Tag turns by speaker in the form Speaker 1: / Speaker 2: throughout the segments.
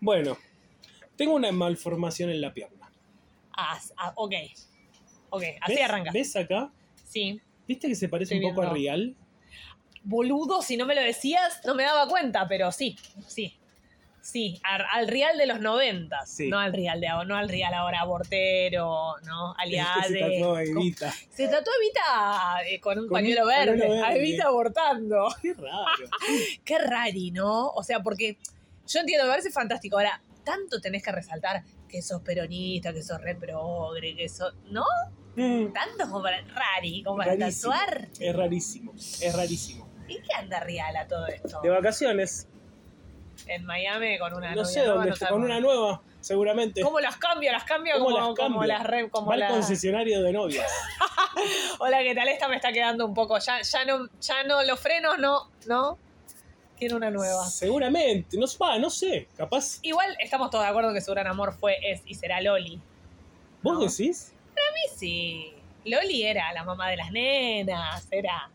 Speaker 1: Bueno, tengo una malformación en la pierna.
Speaker 2: Ah, ah, ok. Ok, así
Speaker 1: ¿Ves?
Speaker 2: arranca.
Speaker 1: ¿Ves acá?
Speaker 2: Sí.
Speaker 1: ¿Viste que se parece
Speaker 2: Estoy
Speaker 1: un poco a
Speaker 2: viendo.
Speaker 1: Rial?
Speaker 2: Boludo, si no me lo decías, no me daba cuenta, pero sí, sí. Sí, ar- al Real de los noventas.
Speaker 1: Sí.
Speaker 2: No al Real de ahora, no al Real ahora, Bortero, ¿no? Aliade.
Speaker 1: se trató a
Speaker 2: ¿Cómo?
Speaker 1: Evita.
Speaker 2: Se trató Evita eh, con un
Speaker 1: Con un
Speaker 2: pañuelo verde.
Speaker 1: pañuelo
Speaker 2: A
Speaker 1: verde.
Speaker 2: Evita abortando.
Speaker 1: Qué raro.
Speaker 2: Qué rari, ¿no? O sea, porque yo entiendo, me parece fantástico. Ahora, tanto tenés que resaltar que sos peronista, que sos reprogre, que sos. ¿No?
Speaker 1: Mm,
Speaker 2: Tanto como para. Rari, como para
Speaker 1: Rarísimo.
Speaker 2: tatuar.
Speaker 1: es rarísimo, es rarísimo.
Speaker 2: ¿Y qué anda Real a todo esto?
Speaker 1: De vacaciones,
Speaker 2: En Miami con una
Speaker 1: no
Speaker 2: novia
Speaker 1: sé
Speaker 2: nueva,
Speaker 1: dónde
Speaker 2: no
Speaker 1: está, con
Speaker 2: sabemos.
Speaker 1: una nueva, seguramente.
Speaker 2: ¿Cómo las cambio? Las cambio
Speaker 1: ¿Cómo
Speaker 2: como,
Speaker 1: las
Speaker 2: las
Speaker 1: cambio?
Speaker 2: como las re- como
Speaker 1: Va al
Speaker 2: la-
Speaker 1: concesionario de novias.
Speaker 2: Hola, ¿qué tal? Esta me está quedando un poco. Ya, ya no, ya no, los frenos no, no. Quiero una nueva.
Speaker 1: Seguramente, no, sé, va, no sé, capaz.
Speaker 2: Igual estamos todos de acuerdo que su gran amor fue, es y será Loli.
Speaker 1: ¿Vos
Speaker 2: No.
Speaker 1: decís?
Speaker 2: Sí, sí. Loli era la mamá de las nenas, era.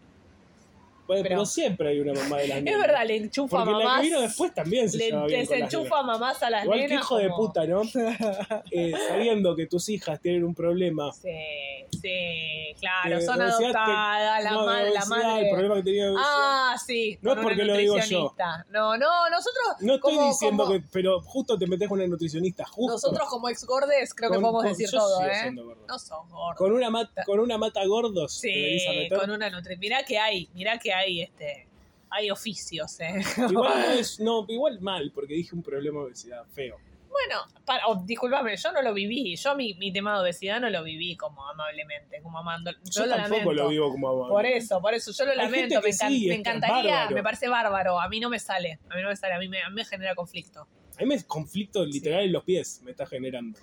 Speaker 1: Bueno, pero,
Speaker 2: Pero-
Speaker 1: siempre hay una mamá de las
Speaker 2: Es
Speaker 1: nenas.
Speaker 2: verdad, le enchufa
Speaker 1: Porque la
Speaker 2: mamás.
Speaker 1: que vino después también se
Speaker 2: le
Speaker 1: llevaba bien con las nenas.
Speaker 2: desenchufa mamás a las
Speaker 1: Igual
Speaker 2: nenas.
Speaker 1: que hijo de
Speaker 2: como-
Speaker 1: puta, ¿no? Eh, sabiendo que tus hijas tienen un problema.
Speaker 2: Sí, sí, claro,
Speaker 1: de
Speaker 2: Ah, son
Speaker 1: obesidad, te-
Speaker 2: adoptadas, la,
Speaker 1: no, de
Speaker 2: ma- la
Speaker 1: obesidad, El
Speaker 2: madre.
Speaker 1: problema que tenía de obesidad.
Speaker 2: Ah, sí.
Speaker 1: No
Speaker 2: con
Speaker 1: es
Speaker 2: una
Speaker 1: porque lo digo yo.
Speaker 2: nutricionista. No, no, nosotros.
Speaker 1: no estoy
Speaker 2: como-
Speaker 1: diciendo
Speaker 2: como-
Speaker 1: que, pero justo te metes con una nutricionista, justo.
Speaker 2: Nosotros, como ex gordes, creo que
Speaker 1: Con-
Speaker 2: podemos
Speaker 1: con-
Speaker 2: decir
Speaker 1: yo
Speaker 2: todo,
Speaker 1: sigo
Speaker 2: ¿eh?
Speaker 1: siendo gordo.
Speaker 2: No sos gordos.
Speaker 1: Con una, mata, con una mata gordos te venís a
Speaker 2: sí,
Speaker 1: meter.
Speaker 2: con una nutrición. Mirá que hay, mirá que hay, este. Hay oficios, ¿eh?
Speaker 1: Igual no es, no, igual mal, porque dije un problema de obesidad feo.
Speaker 2: Bueno, para, oh, disculpame, yo no lo viví. Yo mi, mi tema de obesidad no lo viví como amablemente, como amando.
Speaker 1: Yo,
Speaker 2: lo
Speaker 1: tampoco
Speaker 2: lamento.
Speaker 1: lo vivo como amable.
Speaker 2: Por eso, por eso, yo lo lamento.
Speaker 1: gente que
Speaker 2: Me, encan-
Speaker 1: sí,
Speaker 2: me
Speaker 1: está
Speaker 2: encantaría,
Speaker 1: bárbaro.
Speaker 2: me parece bárbaro. A mí no me sale, a mí no me sale, a mí me, a mí me genera conflicto.
Speaker 1: A mí me conflicto literal en los pies me está generando.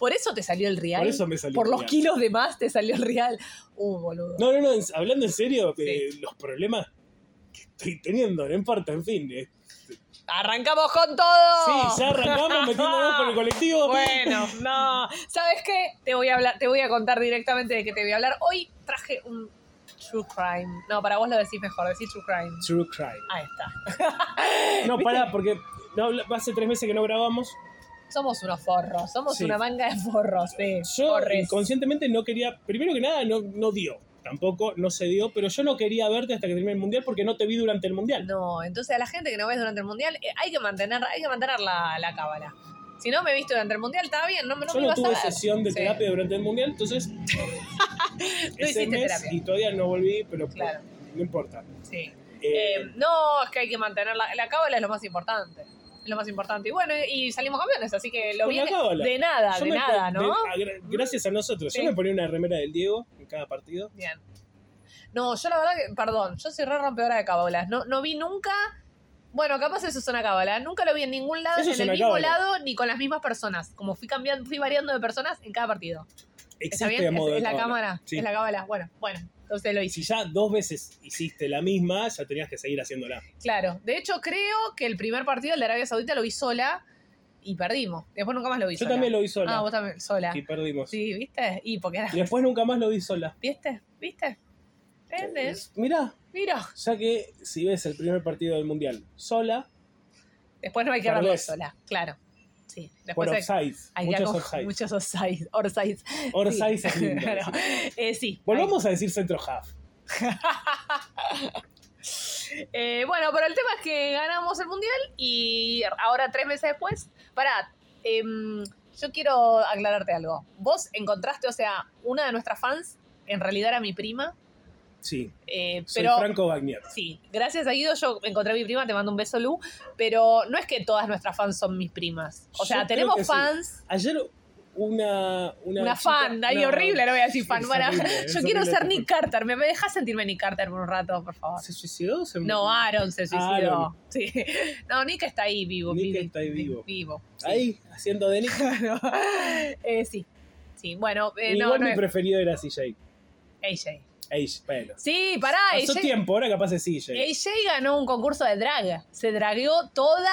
Speaker 2: Por eso te salió el real.
Speaker 1: Por eso me salió
Speaker 2: Por
Speaker 1: el
Speaker 2: los
Speaker 1: real.
Speaker 2: kilos de más te salió el real. Uh, boludo.
Speaker 1: No, no, no, en- hablando en serio, que los problemas que estoy teniendo, no importa, en fin. eh.
Speaker 2: ¡Arrancamos con todo!
Speaker 1: Sí, ya arrancamos metiéndonos por el colectivo.
Speaker 2: Oh. Bueno, no. ¿Sabes qué? Te voy a hablar, te voy a contar directamente de qué te voy a hablar. Hoy traje un true crime. No, para vos lo decís mejor, decís true crime.
Speaker 1: True crime.
Speaker 2: Ahí está.
Speaker 1: No, pará, porque no habla- hace tres meses que no grabamos.
Speaker 2: Somos unos forros, somos
Speaker 1: Sí.
Speaker 2: una manga de forros, sí.
Speaker 1: Yo
Speaker 2: Forres.
Speaker 1: inconscientemente no quería, primero que nada, no, no dio. Tampoco, no se dio, pero yo no quería verte hasta que termine el mundial porque no te vi durante el mundial.
Speaker 2: No, entonces a la gente que no ves durante el mundial, eh, hay que mantener, hay que mantener la, la cábala. Si no me viste durante el mundial, está bien, no, me- no
Speaker 1: yo
Speaker 2: me
Speaker 1: no
Speaker 2: vas a
Speaker 1: tuve
Speaker 2: ver.
Speaker 1: sesión de
Speaker 2: Sí,
Speaker 1: terapia durante el mundial, entonces. ese
Speaker 2: hiciste
Speaker 1: mes
Speaker 2: terapia.
Speaker 1: y todavía no volví, pero
Speaker 2: Claro.
Speaker 1: no importa.
Speaker 2: sí.
Speaker 1: Eh,
Speaker 2: Eh, no, es que hay que mantener la, la cábala es lo más importante. Es lo más importante. Y bueno, y y salimos campeones, así que lo
Speaker 1: Con la
Speaker 2: bien
Speaker 1: cábala.
Speaker 2: de nada,
Speaker 1: yo
Speaker 2: de
Speaker 1: me-
Speaker 2: nada,
Speaker 1: de-
Speaker 2: ¿no?
Speaker 1: a gra- gracias a nosotros.
Speaker 2: Sí.
Speaker 1: Yo me ponía una remera del Diego en cada partido.
Speaker 2: Bien. No, yo la verdad que, perdón, yo soy re rompedora de cábalas. No, no vi nunca, bueno, capaz eso es una cábala. Nunca lo vi en ningún lado,
Speaker 1: Eso es
Speaker 2: en el
Speaker 1: una
Speaker 2: mismo
Speaker 1: cábala.
Speaker 2: lado, ni con las mismas personas. Como fui cambiando, fui variando de personas en cada partido. ¿Está
Speaker 1: Existe
Speaker 2: bien?
Speaker 1: a
Speaker 2: Es,
Speaker 1: modo de
Speaker 2: es la
Speaker 1: cábala.
Speaker 2: cámara,
Speaker 1: Sí.
Speaker 2: es la cábala. Bueno, bueno, entonces lo hice.
Speaker 1: Si ya dos veces hiciste la misma, ya tenías que seguir haciéndola.
Speaker 2: Claro. De hecho, creo que el primer partido, el de Arabia Saudita, lo vi sola y perdimos. Después nunca más lo vi
Speaker 1: Yo
Speaker 2: sola.
Speaker 1: también lo vi sola.
Speaker 2: Ah, vos también, sola.
Speaker 1: Y perdimos.
Speaker 2: Sí, ¿viste? Y porque era.
Speaker 1: Y después nunca más lo vi sola. Eh,
Speaker 2: ¿Viste? ¿Viste? ¿Entendés?
Speaker 1: Mirá,
Speaker 2: Mira.
Speaker 1: ya que si ves el primer partido del mundial sola,
Speaker 2: Después no hay que
Speaker 1: Perdés.
Speaker 2: verlo sola, claro. Sí. Después
Speaker 1: por
Speaker 2: hay,
Speaker 1: offside.
Speaker 2: hay que
Speaker 1: muchos
Speaker 2: acom-
Speaker 1: offside.
Speaker 2: Muchos offsides. Orsides.
Speaker 1: Offside es lindo.
Speaker 2: Claro. Eh, sí.
Speaker 1: Volvamos a decir centro half.
Speaker 2: Eh, bueno, pero el tema es que ganamos el mundial y ahora tres meses después. Pará, em, yo quiero aclararte algo. Vos encontraste, o sea, una de nuestras fans, en realidad era mi prima,
Speaker 1: Sí,
Speaker 2: eh,
Speaker 1: soy
Speaker 2: pero.
Speaker 1: Franco Wagner.
Speaker 2: Sí, gracias a Guido yo encontré a mi prima, te mando un beso Lu, pero no es que todas nuestras fans son mis primas. O
Speaker 1: Yo
Speaker 2: sea,
Speaker 1: creo que
Speaker 2: tenemos
Speaker 1: sí.
Speaker 2: fans,
Speaker 1: Ayer una... Una,
Speaker 2: Una
Speaker 1: chica-
Speaker 2: fan, ahí
Speaker 1: una-
Speaker 2: horrible, no voy a decir
Speaker 1: Sí,
Speaker 2: fan.
Speaker 1: es
Speaker 2: Bueno,
Speaker 1: horrible, es
Speaker 2: yo quiero
Speaker 1: horrible
Speaker 2: ser
Speaker 1: esa
Speaker 2: Nick Carter. ¿Me, me dejas sentirme Nick Carter por un rato, por favor?
Speaker 1: ¿Se suicidó? Se
Speaker 2: No, ah,
Speaker 1: murió?
Speaker 2: Aaron se suicidó.
Speaker 1: Aaron.
Speaker 2: Sí. No, Nick está ahí vivo.
Speaker 1: Nick
Speaker 2: vive-
Speaker 1: está ahí
Speaker 2: vi-
Speaker 1: vivo.
Speaker 2: sí.
Speaker 1: Ahí, haciendo de Nick.
Speaker 2: Claro. Eh, sí. Sí, bueno, eh, no,
Speaker 1: Igual
Speaker 2: no
Speaker 1: mi
Speaker 2: es-
Speaker 1: preferido era CJ.
Speaker 2: AJ.
Speaker 1: Age, pero.
Speaker 2: Sí, pará,
Speaker 1: Pasó
Speaker 2: AJ,
Speaker 1: tiempo, ahora capaz es CJ.
Speaker 2: AJ ganó un concurso de drag. Se dragueó toda.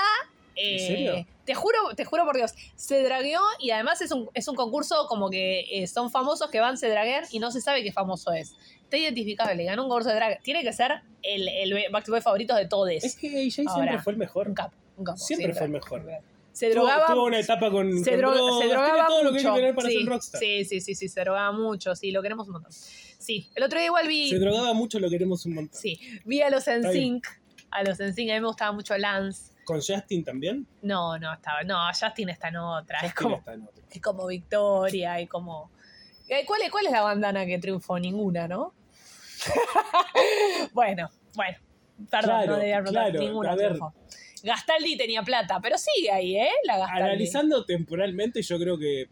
Speaker 2: eh,
Speaker 1: ¿En serio?
Speaker 2: Te juro, te juro por Dios. Se dragueó y además es un, es un concurso como que eh, son famosos que van, se draguean y no se sabe qué famoso es. Está identificable, ganó un concurso de drag. Tiene que ser el, el Backstreet Boys favorito de todos.
Speaker 1: Es que AJ
Speaker 2: Ahora.
Speaker 1: siempre fue el mejor.
Speaker 2: Un capo, un capo.
Speaker 1: Siempre fue el mejor.
Speaker 2: se
Speaker 1: Tuvo-
Speaker 2: drogaba.
Speaker 1: Tuvo una etapa con.
Speaker 2: se,
Speaker 1: con
Speaker 2: droga-
Speaker 1: drogas,
Speaker 2: se
Speaker 1: tiene
Speaker 2: drogaba
Speaker 1: todo lo que hay
Speaker 2: mucho.
Speaker 1: que tener para
Speaker 2: sí,
Speaker 1: ser rockstar.
Speaker 2: sí, sí, sí, sí, se drogaba mucho. Sí, lo queremos un montón. Sí, el otro día igual vi.
Speaker 1: Se drogaba mucho, lo queremos un montón.
Speaker 2: Sí, vi a los
Speaker 1: Está bien.
Speaker 2: NSYNC. A los NSYNC, a mí me gustaba mucho Lance.
Speaker 1: ¿Con Justin también?
Speaker 2: No, no, estaba. No, Justin está en otra. es
Speaker 1: Justin
Speaker 2: como.
Speaker 1: está en otra.
Speaker 2: Es como Victoria y como. Eh, ¿Cuál es, ¿Cuál es la bandana que triunfó? Ninguna, ¿no? bueno, bueno. Perdón,
Speaker 1: Claro,
Speaker 2: no debía preguntar.
Speaker 1: claro, a
Speaker 2: Ninguna
Speaker 1: ver.
Speaker 2: triunfó. Gastaldi tenía plata, pero sigue ahí, ¿eh? La Gastaldi.
Speaker 1: Analizando temporalmente, yo creo que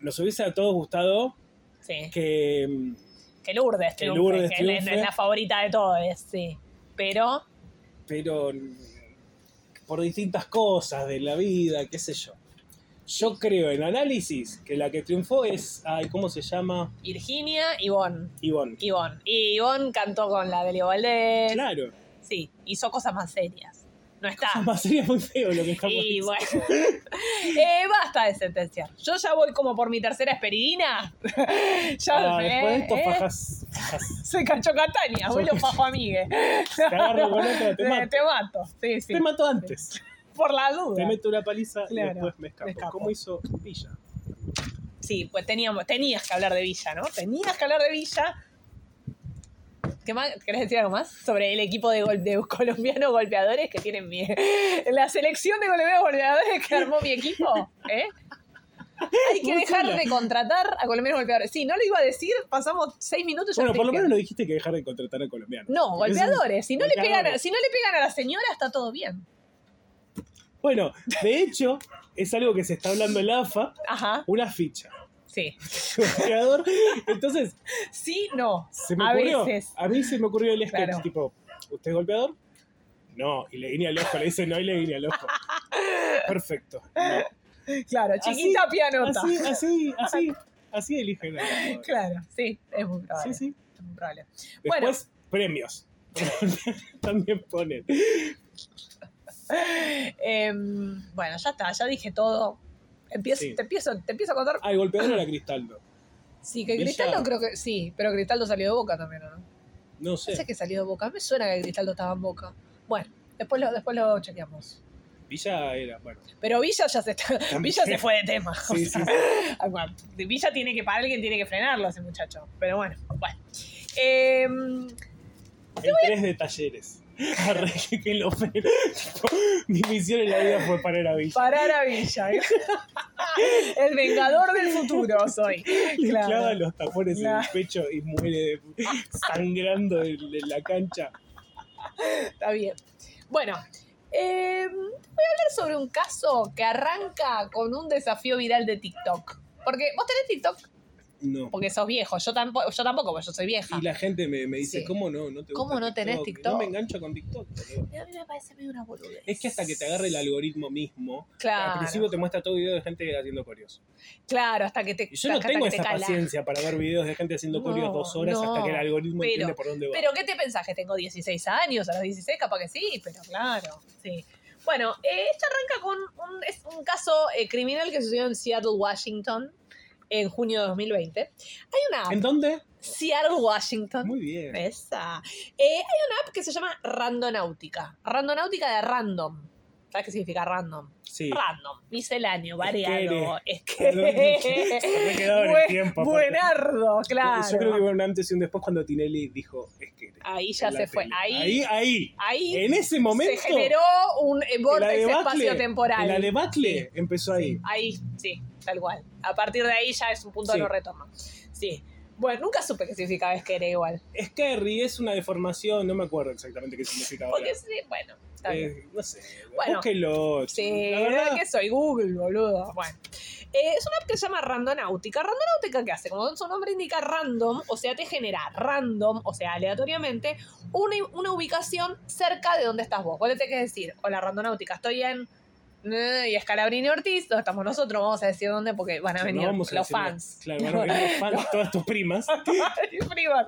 Speaker 1: nos hubiese a todos gustado
Speaker 2: Sí.
Speaker 1: que mm,
Speaker 2: Que Lourdes
Speaker 1: Que
Speaker 2: triunfe, que,
Speaker 1: Lourdes
Speaker 2: es la-
Speaker 1: triunfe.
Speaker 2: es la favorita de todos, sí. Pero,
Speaker 1: pero mm, por distintas cosas de la vida, qué sé yo. Yo creo en análisis que la que triunfó es, ay, ¿cómo se llama?
Speaker 2: Virginia, Ivonne.
Speaker 1: Ivonne.
Speaker 2: Ivonne. Y Ivonne cantó con la de Leo Valdés.
Speaker 1: Claro.
Speaker 2: Sí, hizo cosas más serias. No está.
Speaker 1: Además, sería muy feo lo que estamos
Speaker 2: Ah. Y
Speaker 1: diciendo.
Speaker 2: bueno, Eh, basta de sentenciar. Yo ya voy como por mi tercera esperidina. ya
Speaker 1: Ah, después
Speaker 2: eh,
Speaker 1: de estos
Speaker 2: eh,
Speaker 1: fajas, fajas.
Speaker 2: Soy cacho Catania, vuelo fajo amigue.
Speaker 1: Te agarro con otra, te mato.
Speaker 2: Te mato, sí, sí.
Speaker 1: Te mato antes.
Speaker 2: Por la duda.
Speaker 1: Te meto una paliza
Speaker 2: Claro,
Speaker 1: y después me escapo.
Speaker 2: me escapo.
Speaker 1: ¿Cómo hizo Villa?
Speaker 2: Sí, pues teníamos, tenías que hablar de Villa, ¿no? Tenías que hablar de Villa. ¿Qué más? ¿Querés decir algo más? Sobre el equipo de, gol- de colombianos golpeadores que tienen mi. La selección de colombianos golpeadores que armó mi equipo, ¿eh? Hay que
Speaker 1: Muy
Speaker 2: dejar
Speaker 1: sola.
Speaker 2: de contratar a colombianos golpeadores. Sí, no lo iba a decir, pasamos seis minutos y ya
Speaker 1: Bueno,
Speaker 2: te
Speaker 1: por lo
Speaker 2: dije.
Speaker 1: menos no dijiste que dejar de contratar a colombianos.
Speaker 2: No,
Speaker 1: Porque eso es-
Speaker 2: golpeadores. Si no, le pegan a,
Speaker 1: Golpeadores.
Speaker 2: si no le pegan a la señora, está todo bien.
Speaker 1: Bueno, de hecho, es algo que se está hablando en la AFA,
Speaker 2: Ajá,
Speaker 1: una ficha.
Speaker 2: sí.
Speaker 1: Golpeador. Entonces,
Speaker 2: Sí, no.
Speaker 1: se me
Speaker 2: a
Speaker 1: ocurrió.
Speaker 2: veces.
Speaker 1: A mí se me ocurrió el sketch,
Speaker 2: Claro.
Speaker 1: tipo, ¿usted es golpeador? No, y le guiña el ojo, le dice no y le guiña el ojo. Perfecto. No.
Speaker 2: Claro,
Speaker 1: Así-
Speaker 2: chiquita pianota.
Speaker 1: Así, así, así, así eligen. a los
Speaker 2: Claro, sí, es muy probable.
Speaker 1: Sí, sí.
Speaker 2: es muy probable. Bueno.
Speaker 1: Después, premios. También ponen.
Speaker 2: Em, bueno, ya está, ya dije todo. Empiezo,
Speaker 1: Sí.
Speaker 2: te, empiezo, te empiezo a contar.
Speaker 1: Ah, el golpeador era Cristaldo.
Speaker 2: Sí, que
Speaker 1: Villa.
Speaker 2: Cristaldo creo que. Sí, pero Cristaldo salió de boca también, ¿o ¿no?
Speaker 1: No sé.
Speaker 2: Pensé que salió de boca. Me suena que Cristaldo estaba en boca. Bueno, después lo, después lo chequeamos.
Speaker 1: Villa era, bueno.
Speaker 2: Pero Villa ya se está-
Speaker 1: También.
Speaker 2: Villa se fue de tema. o
Speaker 1: Sí, sí,
Speaker 2: sea,
Speaker 1: sí.
Speaker 2: Bueno, Villa tiene que, para alguien tiene que frenarlo ese muchacho. Pero bueno, bueno. Em,
Speaker 1: El 3 de talleres. Arre, que- que lo fue. Tipo, Mi misión en la vida fue parar a Villa.
Speaker 2: parar a Villa. El vengador del futuro soy.
Speaker 1: Le
Speaker 2: Claro.
Speaker 1: clavan los tapones en
Speaker 2: Claro.
Speaker 1: el pecho y muere de- sangrando de, de la cancha.
Speaker 2: Está bien. Bueno, eh, voy a hablar sobre un caso que arranca con un desafío viral de TikTok. Porque vos tenés TikTok
Speaker 1: No.
Speaker 2: porque sos viejo. Yo tampoco, yo tampoco, porque yo soy vieja.
Speaker 1: Y la gente me, me dice,
Speaker 2: Sí.
Speaker 1: ¿cómo no? no te gusta
Speaker 2: ¿Cómo no tenés TikTok?
Speaker 1: No me engancho con TikTok. boludo.
Speaker 2: A mí me parece medio una boludez.
Speaker 1: Es que hasta que te agarre el algoritmo mismo, al
Speaker 2: Claro,
Speaker 1: principio te muestra todo video de gente haciendo coreos.
Speaker 2: claro, hasta que te,
Speaker 1: Y yo no
Speaker 2: hasta
Speaker 1: tengo
Speaker 2: que te
Speaker 1: esa
Speaker 2: cala.
Speaker 1: paciencia para ver videos de gente haciendo coreos
Speaker 2: No,
Speaker 1: dos horas hasta
Speaker 2: no,
Speaker 1: que el algoritmo
Speaker 2: pero-
Speaker 1: entiende por dónde va.
Speaker 2: Pero ¿qué te pensás? Que tengo 16 años, a los 16 capaz que sí, pero claro, sí. Bueno, eh, esto arranca con un, es un caso eh, criminal que sucedió en Seattle, Washington, en junio de 2020. Hay una app,
Speaker 1: ¿En dónde?
Speaker 2: Seattle, Washington.
Speaker 1: Muy bien.
Speaker 2: Esa. Eh, hay una app que se llama Randonáutica. Randonáutica de random. ¿Sabes qué significa random?
Speaker 1: Sí.
Speaker 2: Random, misceláneo, variado. Es
Speaker 1: Se me
Speaker 2: que.
Speaker 1: ha quedado en el
Speaker 2: Buen-
Speaker 1: tiempo, aparte.
Speaker 2: buenardo, claro.
Speaker 1: Yo creo que hubo un antes y un después cuando Tinelli dijo, es que...
Speaker 2: Ahí Ah, ya
Speaker 1: en la
Speaker 2: se fue.
Speaker 1: tele.
Speaker 2: Ahí,
Speaker 1: ahí, ahí.
Speaker 2: ahí,
Speaker 1: En ese momento...
Speaker 2: se generó un eh,
Speaker 1: la
Speaker 2: vórtice
Speaker 1: debacle-
Speaker 2: espacio-temporal.
Speaker 1: La debacle empezó ahí.
Speaker 2: Ahí, sí, tal cual. A partir de ahí ya es un punto
Speaker 1: Sí.
Speaker 2: de no retorno. Sí. Bueno, nunca supe qué significaba es que era igual.
Speaker 1: Scary es una deformación, no me acuerdo exactamente qué significa ahora.
Speaker 2: Porque sí, bueno, está bien.
Speaker 1: Eh, no sé,
Speaker 2: Bueno.
Speaker 1: búsquelo.
Speaker 2: Sí,
Speaker 1: la verdad,
Speaker 2: que soy Google, boludo. Bueno. Eh, es una app que se llama Randonáutica. Randonáutica, ¿qué hace? Como su nombre indica, random, o sea, te genera random, o sea, aleatoriamente, una, una ubicación cerca de donde estás vos. Vos le tenés que decir, hola, Randonáutica, estoy en... eh, Y Escalabrini Ortiz, donde estamos nosotros, vamos a decir dónde porque van a
Speaker 1: no
Speaker 2: venir
Speaker 1: vamos a
Speaker 2: los
Speaker 1: decirle-
Speaker 2: fans.
Speaker 1: Claro, van a venir los fans, todas tus primas.
Speaker 2: Primas.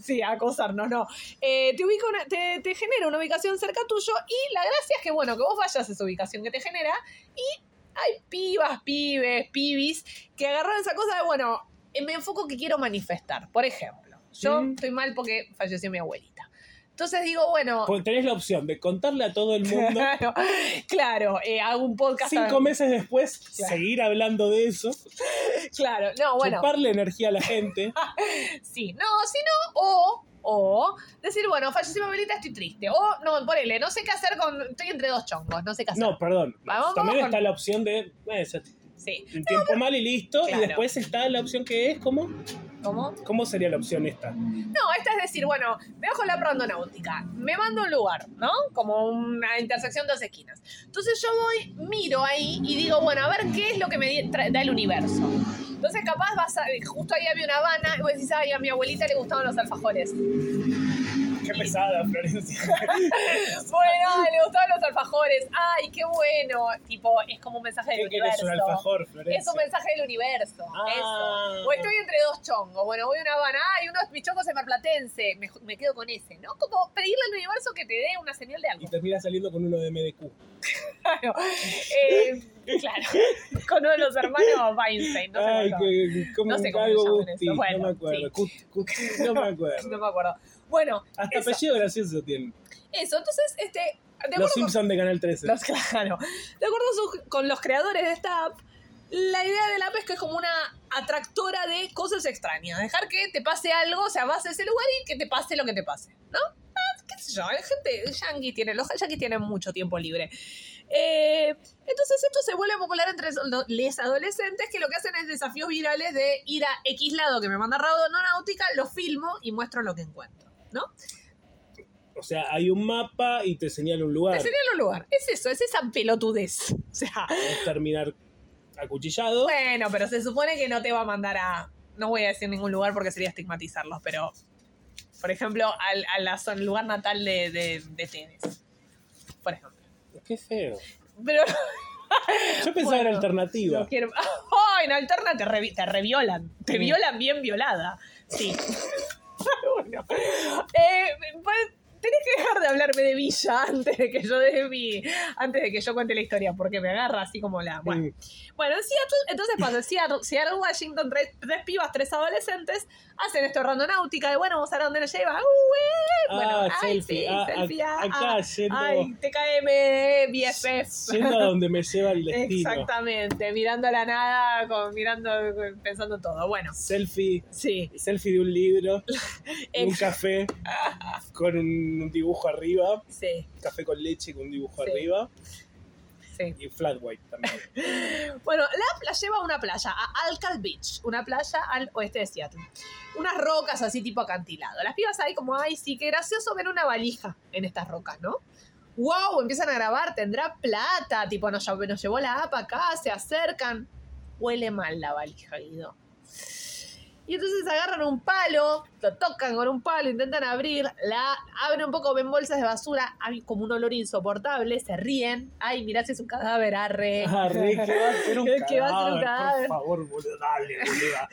Speaker 2: Sí, acosarnos, no. Eh, te, ubica una- te, te genera una ubicación cerca tuyo y la gracia es que, bueno, que vos vayas a esa ubicación que te genera y hay pibas, pibes, pibis que agarraron esa cosa de, bueno, eh, me enfoco que quiero manifestar. Por ejemplo, yo
Speaker 1: Mm.
Speaker 2: estoy mal porque falleció mi abuelita. Entonces digo, bueno,
Speaker 1: Porque Pues tenés la opción de contarle a todo el mundo.
Speaker 2: claro, claro, eh, hago un podcast.
Speaker 1: Cinco meses después,
Speaker 2: Claro.
Speaker 1: seguir hablando de eso,
Speaker 2: Claro, no, bueno.
Speaker 1: chuparle energía a la gente.
Speaker 2: Sí, no, si no, o, o decir, bueno, falleció mi abuelita, estoy triste. O, no, ponele, no sé qué hacer con. Estoy entre dos chongos, no sé qué hacer.
Speaker 1: No, perdón.
Speaker 2: Vamos,
Speaker 1: También
Speaker 2: vamos
Speaker 1: está
Speaker 2: con-
Speaker 1: la opción de. eh, ya-
Speaker 2: Sí,
Speaker 1: un tiempo mal y listo.
Speaker 2: Claro.
Speaker 1: Y después está la opción que es, ¿cómo?
Speaker 2: ¿cómo?
Speaker 1: ¿Cómo sería la opción esta?
Speaker 2: No, esta es decir, bueno, me bajo en la prandonáutica, me mando a un lugar, ¿no? Como una intersección de dos esquinas. Entonces yo voy, miro ahí y digo, bueno, a ver qué es lo que me di- tra- da el universo. Entonces capaz vas a, justo ahí había una habana y vos decís, ay, a mi abuelita le gustaban los alfajores.
Speaker 1: Qué pesada, Florencia.
Speaker 2: Bueno, le gustaban los alfajores. Ay, qué bueno. Tipo, es como un mensaje del
Speaker 1: ¿Qué querés
Speaker 2: universo.
Speaker 1: un alfajor, Florencia?
Speaker 2: Es un mensaje del universo.
Speaker 1: Ah.
Speaker 2: Eso. O estoy entre dos chongos. Bueno, voy a una Habana. Ay, uno es mi chongo marplatense. Me, me quedo con ese, ¿no? Como pedirle al universo que te dé una señal de
Speaker 1: Y
Speaker 2: algo.
Speaker 1: termina saliendo con uno de MDQ.
Speaker 2: Claro. Eh, claro. Con uno de los hermanos Weinstein. No sé
Speaker 1: Ay,
Speaker 2: cómo.
Speaker 1: que, como
Speaker 2: No sé cómo
Speaker 1: algo
Speaker 2: se llaman
Speaker 1: Gusti,
Speaker 2: eso. Bueno,
Speaker 1: no me acuerdo. Gusti- Gusti, no me acuerdo.
Speaker 2: No me acuerdo. Bueno,
Speaker 1: Hasta
Speaker 2: eso,
Speaker 1: apellido gracioso tiene.
Speaker 2: eso. Entonces, este. de acuerdo
Speaker 1: Los
Speaker 2: con-
Speaker 1: Simpsons de Canal 13.
Speaker 2: Los- claro. De acuerdo su- con los creadores de esta app, la idea de la app es que es como una atractora de cosas extrañas. Dejar que te pase algo, o sea, vas a ese lugar y que te pase lo que te pase, ¿no? Ah, qué sé yo, la gente yankee tiene, los yankees tienen mucho tiempo libre. Eh, entonces esto se vuelve popular entre los adolescentes que lo que hacen es desafíos virales de ir a X lado que me manda Náutica, lo filmo y muestro lo que encuentro, ¿no?
Speaker 1: O sea, hay un mapa y te señala un lugar.
Speaker 2: Ese era el lugar. Es eso, es esa pelotudez. O sea,
Speaker 1: Podés terminar acuchillado.
Speaker 2: Bueno, pero se supone que no te va a mandar a. No voy a decir ningún lugar porque sería estigmatizarlos, pero. Por ejemplo, al, a la zon- lugar natal de, de, de Tedes. Por ejemplo.
Speaker 1: Qué feo.
Speaker 2: Pero
Speaker 1: Yo pensaba en
Speaker 2: Bueno,
Speaker 1: alternativa.
Speaker 2: no quiero. ¡Ay! en alterna te, revi- te reviolan. Te
Speaker 1: Mm.
Speaker 2: violan bien violada. Sí. Bueno. Eh, pues, tenés que dejar de hablarme de Villa antes de que yo dé mi. Antes de que yo cuente la historia, porque me agarra así como la. Bueno.
Speaker 1: Mm.
Speaker 2: Bueno, en Seattle, entonces pasa, en Seattle, Seattle, Washington, tres, tres pibas, tres adolescentes, hacen esto randonáutica de bueno, vamos a ver dónde nos lleva. Uh, eh.
Speaker 1: Ah,
Speaker 2: bueno, ay,
Speaker 1: selfie.
Speaker 2: sí,
Speaker 1: Ah,
Speaker 2: selfie,
Speaker 1: ac-
Speaker 2: ah,
Speaker 1: acá,
Speaker 2: ah,
Speaker 1: yendo-
Speaker 2: Ay, TKM, BFF.
Speaker 1: Yendo a donde me lleva el destino.
Speaker 2: Exactamente, mirando a la nada, con, mirando, con- pensando todo. Bueno,
Speaker 1: Selfie,
Speaker 2: sí.
Speaker 1: selfie de un libro, de un
Speaker 2: Ex-
Speaker 1: café con un, un dibujo arriba,
Speaker 2: Sí,
Speaker 1: café con leche con un dibujo
Speaker 2: Sí.
Speaker 1: arriba
Speaker 2: sí.
Speaker 1: y flat white también.
Speaker 2: Bueno, la, la lleva a una playa, a Alcal Beach, una playa al oeste de Seattle. Unas rocas así tipo acantilado. Las pibas ahí como, ay, sí, qué gracioso ver una valija en estas rocas, ¿no? Wow, empiezan a grabar, tendrá plata, tipo, nos, lle- nos llevó la app acá, se acercan. Huele mal la valija, Guido. Y entonces agarran un palo, lo tocan con un palo, intentan abrir, la abren un poco, ven bolsas de basura, hay como un olor insoportable, se ríen. Ay, mirá si es un cadáver, arre.
Speaker 1: Ah, re, que va a ser un
Speaker 2: Que va a ser un
Speaker 1: cadáver,
Speaker 2: cadáver.
Speaker 1: Por favor, boludo, dale, boluda.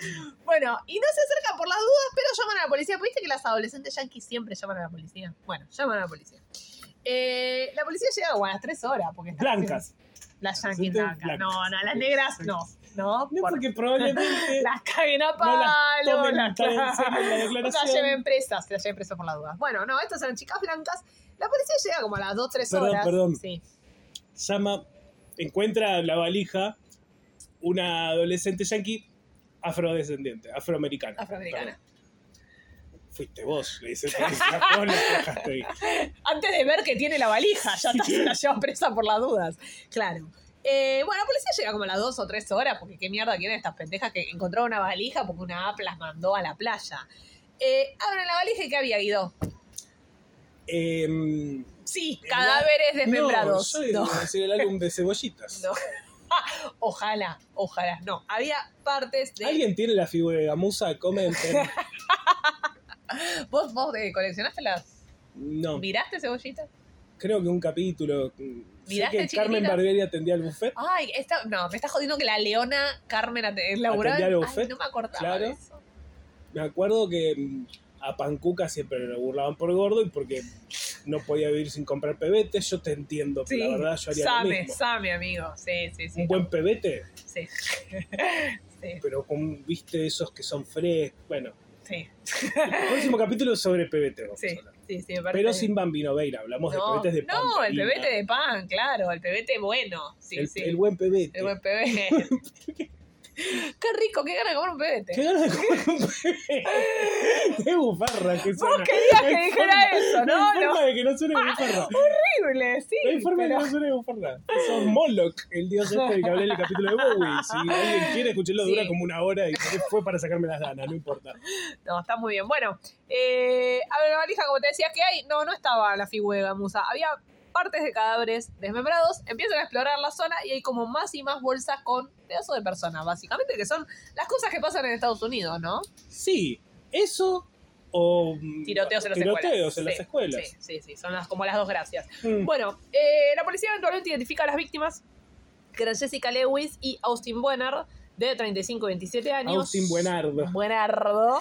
Speaker 2: Bueno, y no se acercan por las dudas, pero llaman a la policía. ¿Viste que las adolescentes yanquis siempre llaman a la policía? Bueno, llaman a la policía. Eh, la policía llega como a las 3 horas. porque está-
Speaker 1: Blancas.
Speaker 2: Las yanquis
Speaker 1: Adolescentes
Speaker 2: blancas. No,
Speaker 1: blancas.
Speaker 2: no, las negras no. No,
Speaker 1: No,
Speaker 2: por-
Speaker 1: porque probablemente
Speaker 2: las caguen a
Speaker 1: no las
Speaker 2: palo.
Speaker 1: tomen
Speaker 2: las-
Speaker 1: tan en serio en la
Speaker 2: las
Speaker 1: declaración.
Speaker 2: lleven presas, que las lleven presas por las dudas. Bueno, no, estas eran chicas blancas. La policía llega como a las 2, 3
Speaker 1: Perdón,
Speaker 2: horas.
Speaker 1: perdón.
Speaker 2: Sí.
Speaker 1: Llama, encuentra en la valija una adolescente yankee afrodescendiente, afroamericana.
Speaker 2: Afroamericana.
Speaker 1: Perdón. Fuiste vos, le dice Florencia, vos la dejaste ahí.
Speaker 2: Antes de ver que tiene la valija, ya está, se la lleva presa por las dudas. Claro. Eh, bueno, la policía llega como a las dos o tres horas, porque qué mierda quieren estas pendejas que encontraron una valija porque una app las mandó a la playa. Eh, abren la valija y ¿qué había, Guido?
Speaker 1: Em,
Speaker 2: Sí, cadáveres desmembrados.
Speaker 1: No, yo
Speaker 2: No.
Speaker 1: iba a decir el álbum de cebollitas.
Speaker 2: No. Ojalá, ojalá. No, había partes de...
Speaker 1: ¿Alguien tiene la figura de Gamusa? Comenten.
Speaker 2: ¿Vos, vos eh, coleccionaste las...
Speaker 1: No,
Speaker 2: ¿Miraste cebollitas?
Speaker 1: creo que un capítulo. Mm, Sé
Speaker 2: ¿Miraste
Speaker 1: que Carmen
Speaker 2: Chiquititas?
Speaker 1: Barberia atendía el buffet.
Speaker 2: Ay, esta, no, me estás jodiendo que la leona Carmen ate- laburaba.
Speaker 1: Atendía al
Speaker 2: en- Ay,
Speaker 1: buffet,
Speaker 2: no me acordaba
Speaker 1: claro.
Speaker 2: de eso.
Speaker 1: Me acuerdo que mm, a Pancuca siempre lo burlaban por gordo y porque no podía vivir sin comprar pebete. Yo te entiendo, pero la verdad yo haría lo
Speaker 2: same,
Speaker 1: mismo.
Speaker 2: same, amigo. Sí, sí, sí.
Speaker 1: Un buen pebete,
Speaker 2: Sí. sí,
Speaker 1: pero con, viste, esos que son frescos. Bueno,
Speaker 2: sí,
Speaker 1: el próximo capítulo es sobre pebete. vamos a
Speaker 2: sí,
Speaker 1: hablar.
Speaker 2: sí, sí, me parece
Speaker 1: Pero
Speaker 2: bien.
Speaker 1: sin Bambino Veira, hablamos
Speaker 2: no,
Speaker 1: de pebetes de pan.
Speaker 2: No, el
Speaker 1: Karina.
Speaker 2: pebete de pan, claro, el pebete bueno. Sí,
Speaker 1: el,
Speaker 2: sí.
Speaker 1: el buen pebete.
Speaker 2: El buen pebete. qué rico, qué ganas de comer un pebete.
Speaker 1: Qué ganas de comer un pebete. Qué bufarra que suena.
Speaker 2: querías
Speaker 1: No
Speaker 2: que
Speaker 1: hay
Speaker 2: dijera
Speaker 1: forma-
Speaker 2: eso,
Speaker 1: No hay
Speaker 2: ¿no?
Speaker 1: forma de que no suene bufarra.
Speaker 2: Horrible, sí.
Speaker 1: No hay forma
Speaker 2: pero-
Speaker 1: de que no suene bufarra. Son Moloch, el dios este del que hablé en el capítulo de Bowie. Si alguien quiere escucharlo, dura
Speaker 2: Sí.
Speaker 1: como una hora y fue para sacarme las ganas, no importa.
Speaker 2: No, está muy bien. Bueno, eh, a ver, la valija, como te decía, que hay. No, no estaba la figura musa. Había partes de cadáveres desmembrados. Empiezan a explorar la zona y hay como más y más bolsas con pedazos de personas, básicamente, que son las cosas que pasan en Estados Unidos, ¿no?
Speaker 1: Sí, eso o mm,
Speaker 2: Tiroteos en las escuelas.
Speaker 1: tiroteos en las
Speaker 2: Sí,
Speaker 1: escuelas.
Speaker 2: Sí, sí, sí, son las, como las dos gracias.
Speaker 1: Mm.
Speaker 2: Bueno, eh, la policía eventualmente identifica a las víctimas, que eran Jessica Lewis y Austin Buenard, de 35 y 27 años.
Speaker 1: Austin Buenardo.
Speaker 2: Buenardo.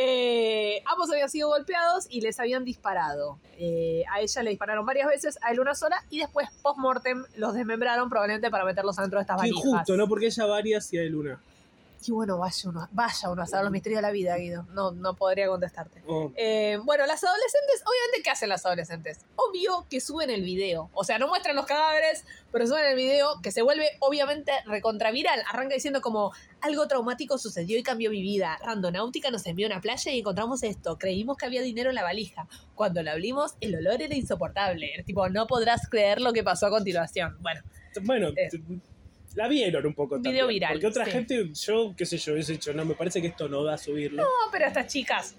Speaker 2: Eh, ambos habían sido golpeados y les habían disparado. Eh, a ella le dispararon varias veces, a él una sola, y después, post-mortem, los desmembraron probablemente para meterlos adentro de estas
Speaker 1: Qué
Speaker 2: valijas.
Speaker 1: injusto, ¿no? Porque ella varias y hay luna.
Speaker 2: Y bueno, vaya uno, vaya uno a saber los misterios de la vida, Guido. No, no podría contestarte.
Speaker 1: Oh.
Speaker 2: Eh, bueno, las adolescentes, obviamente, ¿qué hacen las adolescentes? Obvio que suben el video. O sea, no muestran los cadáveres, pero suben el video que se vuelve, obviamente, recontraviral. Arranca diciendo como, algo traumático sucedió y cambió mi vida. Randonáutica nos envió a una playa y encontramos esto. Creímos que había dinero en la valija. Cuando la abrimos, el olor era insoportable. Era Tipo, no podrás creer lo que pasó a continuación. Bueno,
Speaker 1: Bueno,
Speaker 2: Eh.
Speaker 1: t- la vieron un poco también.
Speaker 2: Video viral,
Speaker 1: Porque otra
Speaker 2: sí.
Speaker 1: gente, yo, qué sé yo, hubiese dicho, no, me parece que esto no da a subirlo.
Speaker 2: no, pero estas chicas.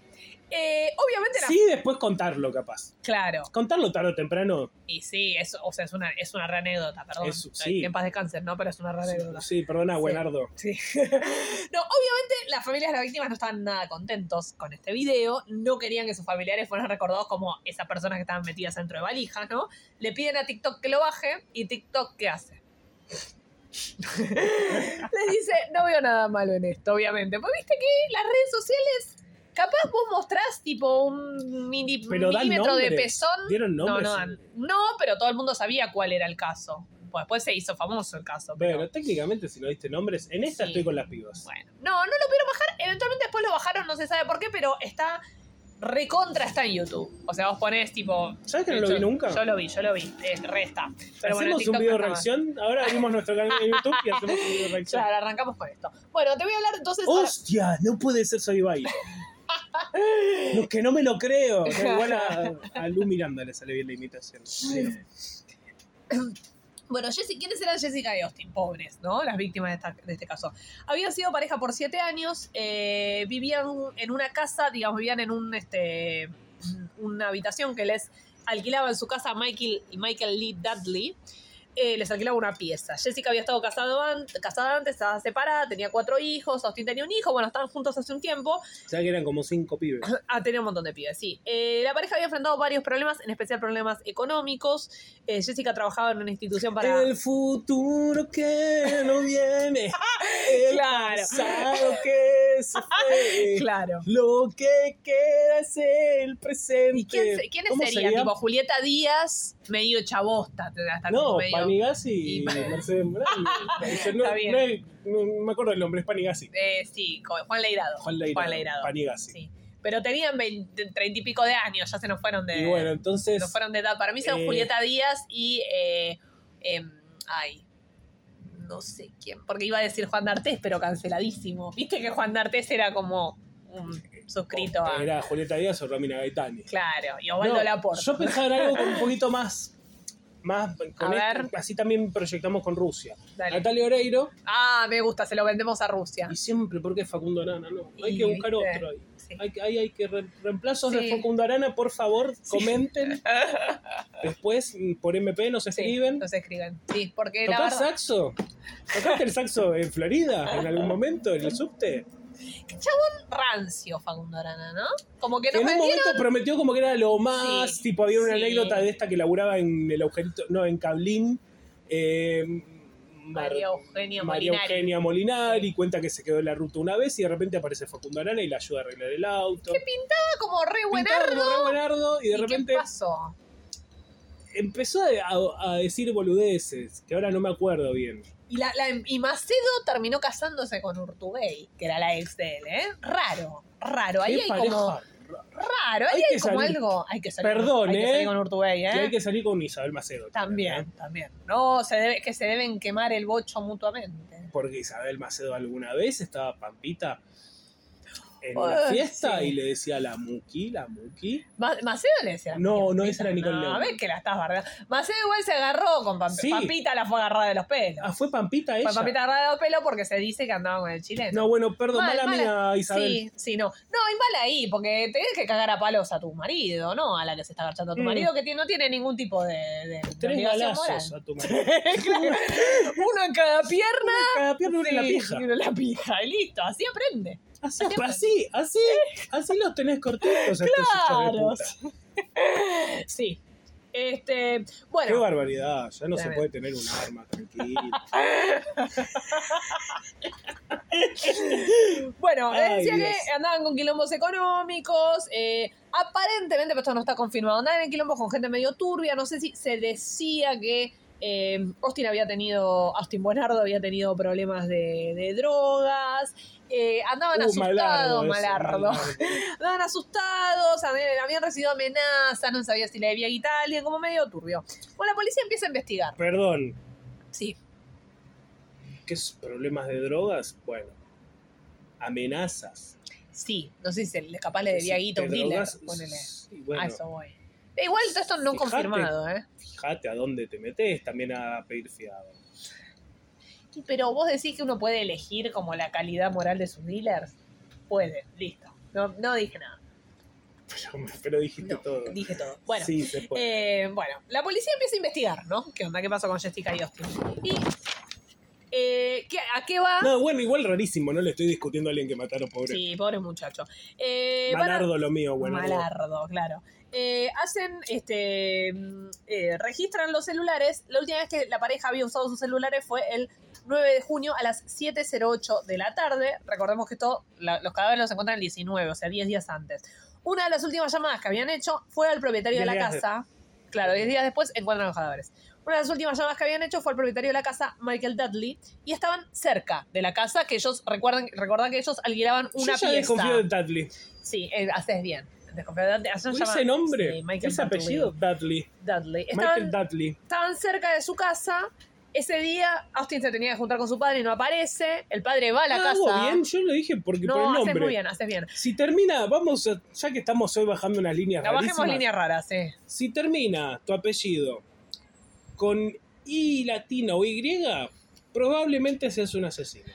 Speaker 2: eh, obviamente, las-
Speaker 1: sí, después contarlo, capaz.
Speaker 2: claro.
Speaker 1: Contarlo tarde o temprano.
Speaker 2: Y sí, es, o sea, es una, es una re anécdota, perdón.
Speaker 1: Es- sí.
Speaker 2: Que en paz descansen, ¿no? Pero es una re anécdota.
Speaker 1: Sí, perdona,
Speaker 2: Sí.
Speaker 1: Buenardo.
Speaker 2: No, obviamente las familias de las víctimas no estaban nada contentos con este video, no querían que sus familiares fueran recordados como esas personas que estaban metidas dentro de valijas, ¿no? Le piden a TikTok que lo baje y TikTok ¿qué hace? Les dice, no veo nada malo en esto, obviamente. Porque viste que las redes sociales, capaz vos mostrás tipo un mini,
Speaker 1: Pero dan
Speaker 2: milímetro de
Speaker 1: nombres.
Speaker 2: pezón.
Speaker 1: ¿Dieron
Speaker 2: No,
Speaker 1: nombres?
Speaker 2: no, dan- no, pero todo el mundo sabía cuál era el caso. Pues después se hizo famoso el caso. Pero,
Speaker 1: Bueno, técnicamente, si no diste nombres, en esta
Speaker 2: Sí.
Speaker 1: estoy con las pibas.
Speaker 2: bueno, no, no lo pudieron bajar. Eventualmente después lo bajaron, no se sabe por qué, pero está recontra está en YouTube. O sea, vos ponés tipo.
Speaker 1: ¿Sabes que no lo
Speaker 2: yo-
Speaker 1: vi nunca?
Speaker 2: Yo lo vi, yo lo vi. Eh, resta. Pero bueno,
Speaker 1: hacemos
Speaker 2: TikTok
Speaker 1: un video de
Speaker 2: no está
Speaker 1: reacción. Ahora abrimos nuestro canal de YouTube y hacemos un video de
Speaker 2: más.
Speaker 1: reacción.
Speaker 2: Claro, arrancamos con esto. Bueno, te voy a hablar entonces.
Speaker 1: Oh,
Speaker 2: ahora-
Speaker 1: ¡Hostia! No puede ser Soy Bailo. No, que no me lo creo. No, igual a, a Lu Miranda le sale bien la imitación.
Speaker 2: Bueno, Jessy, ¿quiénes eran Jessica y Austin? Pobres, ¿no? Las víctimas de, esta- de este caso. Habían sido pareja por siete años, eh, vivían en una casa, digamos, vivían en un, este, una habitación que les alquilaba en su casa Michael, Michael Lee Dudley. Eh, les alquilaba una pieza. Jessica había estado casado an- casada antes, estaba separada, tenía cuatro hijos, Austin tenía un hijo, bueno, estaban juntos hace un tiempo.
Speaker 1: O sea que eran como cinco pibes.
Speaker 2: Ah, tenía un montón de pibes, sí. Eh, la pareja había enfrentado varios problemas, en especial problemas económicos. Eh, Jessica trabajaba en una institución para...
Speaker 1: El futuro que no viene. El
Speaker 2: Claro.
Speaker 1: pasado que se fue.
Speaker 2: Claro.
Speaker 1: Lo que queda es el presente.
Speaker 2: ¿Y quién, se- quiénes
Speaker 1: Este, ¿Cómo
Speaker 2: serían? Tipo, Julieta Díaz, medio chabosta. te- hasta como
Speaker 1: No,
Speaker 2: medio-
Speaker 1: Panigasi
Speaker 2: y-
Speaker 1: y Mercedes Morán. Yo no,
Speaker 2: Está bien.
Speaker 1: no es- no me acuerdo el nombre, es Panigasi.
Speaker 2: Eh, sí, co- Juan Leirado.
Speaker 1: Juan Leirado. Panigasi.
Speaker 2: sí. Pero tenían 20, 30 y pico de años, ya se nos fueron de,
Speaker 1: Y bueno, entonces.
Speaker 2: nos fueron de edad. Para mí son
Speaker 1: eh,
Speaker 2: Julieta Díaz y. eh, em, ay. No sé quién. Porque iba a decir Juan D'Artés, pero canceladísimo. Viste que Juan D'Artés era como un suscrito a.
Speaker 1: Era Julieta Díaz o Romina Gaetani.
Speaker 2: Claro, y Osvaldo
Speaker 1: No,
Speaker 2: Laporte.
Speaker 1: Yo pensaba en algo con un poquito más. más con
Speaker 2: A
Speaker 1: esto,
Speaker 2: ver.
Speaker 1: Así también proyectamos con Rusia.
Speaker 2: Dale.
Speaker 1: Natalia Oreiro.
Speaker 2: Ah, me gusta, se lo vendemos a Rusia.
Speaker 1: Y siempre, porque es Facundo Arana, no. Hay
Speaker 2: Y,
Speaker 1: que buscar
Speaker 2: ¿viste?
Speaker 1: otro ahí.
Speaker 2: Sí.
Speaker 1: Hay, que- ahí hay que re- reemplazos
Speaker 2: Sí.
Speaker 1: de Facundo Arana, por favor, comenten. Después, mm, por MP, nos
Speaker 2: Sí,
Speaker 1: escriben.
Speaker 2: Nos escriben. Sí, porque la
Speaker 1: ¿Tocás
Speaker 2: verdad.
Speaker 1: saxo? ¿Tocaste el saxo en Florida en algún momento, en el subte?
Speaker 2: Rancio Facundo Arana, ¿no? Como que
Speaker 1: Que en
Speaker 2: nos
Speaker 1: un
Speaker 2: vendieron.
Speaker 1: momento prometió como que era lo más,
Speaker 2: Sí,
Speaker 1: tipo había una
Speaker 2: sí.
Speaker 1: anécdota de esta que laburaba en el agujerito, no, en Cablín. eh, Mar-
Speaker 2: María Eugenia
Speaker 1: María
Speaker 2: Molinari.
Speaker 1: Eugenia Molinari cuenta que se quedó en la ruta una vez y de repente aparece Facundo Arana y la ayuda a arreglar el auto.
Speaker 2: Estaba como re
Speaker 1: Pintaba
Speaker 2: buenardo.
Speaker 1: como re buenardo y de
Speaker 2: ¿Y
Speaker 1: repente
Speaker 2: ¿Qué pasó?
Speaker 1: empezó a, a- a decir boludeces, que ahora no me acuerdo bien.
Speaker 2: Y, la, la- y Macedo terminó casándose con Urtubey, que era la ex de él, ¿eh? Raro, raro. Ahí
Speaker 1: Qué
Speaker 2: hay
Speaker 1: pareja
Speaker 2: como Raro, ahí
Speaker 1: Hay
Speaker 2: hay,
Speaker 1: que
Speaker 2: como
Speaker 1: salir-
Speaker 2: algo. Hay que salir,
Speaker 1: Perdón,
Speaker 2: hay que
Speaker 1: ¿eh?
Speaker 2: salir con Urtubey, ¿eh?
Speaker 1: Y hay que salir con Isabel Macedo.
Speaker 2: También,
Speaker 1: ¿eh?
Speaker 2: también. No, se debe, que se deben quemar el bocho mutuamente.
Speaker 1: Porque Isabel Macedo alguna vez estaba Pampita en
Speaker 2: Ah,
Speaker 1: una fiesta
Speaker 2: sí.
Speaker 1: y le decía la Muki, la Muki.
Speaker 2: Ma- Macedo le decía.
Speaker 1: No,
Speaker 2: Pampita,
Speaker 1: no, esa era Nicole
Speaker 2: No,
Speaker 1: León.
Speaker 2: ves que la estás bardeando. Macedo igual se agarró con Pampita.
Speaker 1: Sí.
Speaker 2: Pampita la fue agarrada de los pelos.
Speaker 1: Ah, fue Pampita ella.
Speaker 2: Fue Pampita agarrada de los pelos porque se dice que andaba con el chileno.
Speaker 1: No, bueno, perdón,
Speaker 2: Mal,
Speaker 1: mala,
Speaker 2: mala.
Speaker 1: mía, Isabel.
Speaker 2: Sí, sí, no. No, y mal ahí, porque tenés que cagar a palos a tu marido, ¿no? A la que se está agachando tu
Speaker 1: Mm.
Speaker 2: marido, que ti- no tiene ningún tipo de, de- de
Speaker 1: Tres
Speaker 2: obligación
Speaker 1: balazos
Speaker 2: moral.
Speaker 1: a tu madre.
Speaker 2: Claro. Uno en cada pierna.
Speaker 1: Cada pierna una en la
Speaker 2: Sí,
Speaker 1: pija.
Speaker 2: y uno en la pija. Y listo, así aprende.
Speaker 1: Así, así, así, así los tenés cortitos estos hijos de
Speaker 2: Claro.
Speaker 1: puta.
Speaker 2: Sí. Este,
Speaker 1: Qué
Speaker 2: bueno,
Speaker 1: barbaridad, ya no se
Speaker 2: Tremendo.
Speaker 1: puede tener un arma, tranquilo.
Speaker 2: bueno,
Speaker 1: Ay,
Speaker 2: decía
Speaker 1: Dios.
Speaker 2: que andaban con quilombos económicos, eh, aparentemente, pero esto no está confirmado, andaban en quilombos con gente medio turbia, no sé si se decía que eh, Austin había tenido, Austin Buenardo había tenido problemas de, de drogas, eh, andaban
Speaker 1: Uh,
Speaker 2: asustados,
Speaker 1: eso,
Speaker 2: malardo. Estaban asustados, habían habían recibido amenazas, no sabía si le debía guita a alguien, como medio turbio. Bueno, la policía empieza a investigar.
Speaker 1: Perdón,
Speaker 2: Sí.
Speaker 1: ¿qué es problemas de drogas? Bueno, amenazas.
Speaker 2: Sí, no sé si se le- capaz le debía
Speaker 1: Si
Speaker 2: guita a
Speaker 1: te
Speaker 2: un dealer,
Speaker 1: drogas,
Speaker 2: ponele.
Speaker 1: sí, bueno,
Speaker 2: A eso voy. Igual todo esto no
Speaker 1: Fijate.
Speaker 2: confirmado, ¿eh?
Speaker 1: fíjate a dónde te metes también a pedir fiado.
Speaker 2: Y- Pero vos decís que uno puede elegir como la calidad moral de sus dealers. Puede, listo. No, no dije nada.
Speaker 1: Pero, pero dijiste
Speaker 2: No,
Speaker 1: todo.
Speaker 2: dije todo. Bueno,
Speaker 1: Sí, se puede.
Speaker 2: eh, bueno, la policía empieza a investigar, ¿no? ¿Qué onda? ¿Qué pasó con Jessica y Austin? Y, eh, ¿qué- ¿a qué va?
Speaker 1: No, bueno, igual rarísimo, no le estoy discutiendo a alguien que mataron, pobre.
Speaker 2: Sí, pobre muchacho. Eh, van a-
Speaker 1: Malardo lo mío, bueno.
Speaker 2: Malardo, claro. Eh, hacen, este, mm, eh, registran los celulares. La última vez que la pareja había usado sus celulares fue el 9 de junio a las 7.08 de la tarde. Recordemos que esto, la- los cadáveres los encuentran el 19, o sea, 10 días antes. Una de las últimas llamadas que habían hecho fue al propietario de
Speaker 1: Diez
Speaker 2: la
Speaker 1: días de-
Speaker 2: casa. Claro, 10 días después encuentran los cadáveres. Una de las últimas llamadas que habían hecho fue al propietario de la casa, Michael Dudley, y estaban cerca de la casa, que ellos recuerden, recordad que ellos alquilaban
Speaker 1: Yo
Speaker 2: una
Speaker 1: ya
Speaker 2: pieza.
Speaker 1: desconfío de Dudley.
Speaker 2: Sí, eh, haces bien. Desconfiado. Dudley- hace un
Speaker 1: Ese
Speaker 2: llama-
Speaker 1: nombre,
Speaker 2: Sí, Michael
Speaker 1: ese
Speaker 2: Dudley.
Speaker 1: apellido, Dudley.
Speaker 2: Dudley.
Speaker 1: Michael
Speaker 2: Estaban,
Speaker 1: Dudley.
Speaker 2: estaban cerca de su casa. Ese día Austin se tenía que juntar con su padre y no aparece. El padre va a la
Speaker 1: Ah, ¿hago
Speaker 2: casa.
Speaker 1: bien? Yo lo dije porque por el
Speaker 2: No, haces
Speaker 1: nombre.
Speaker 2: muy bien, haces bien.
Speaker 1: Si termina, vamos, a- ya que estamos hoy bajando unas líneas
Speaker 2: Trabajemos
Speaker 1: rarísimas,
Speaker 2: líneas raras, eh.
Speaker 1: Si termina tu apellido con I latina o Y, probablemente seas un asesino.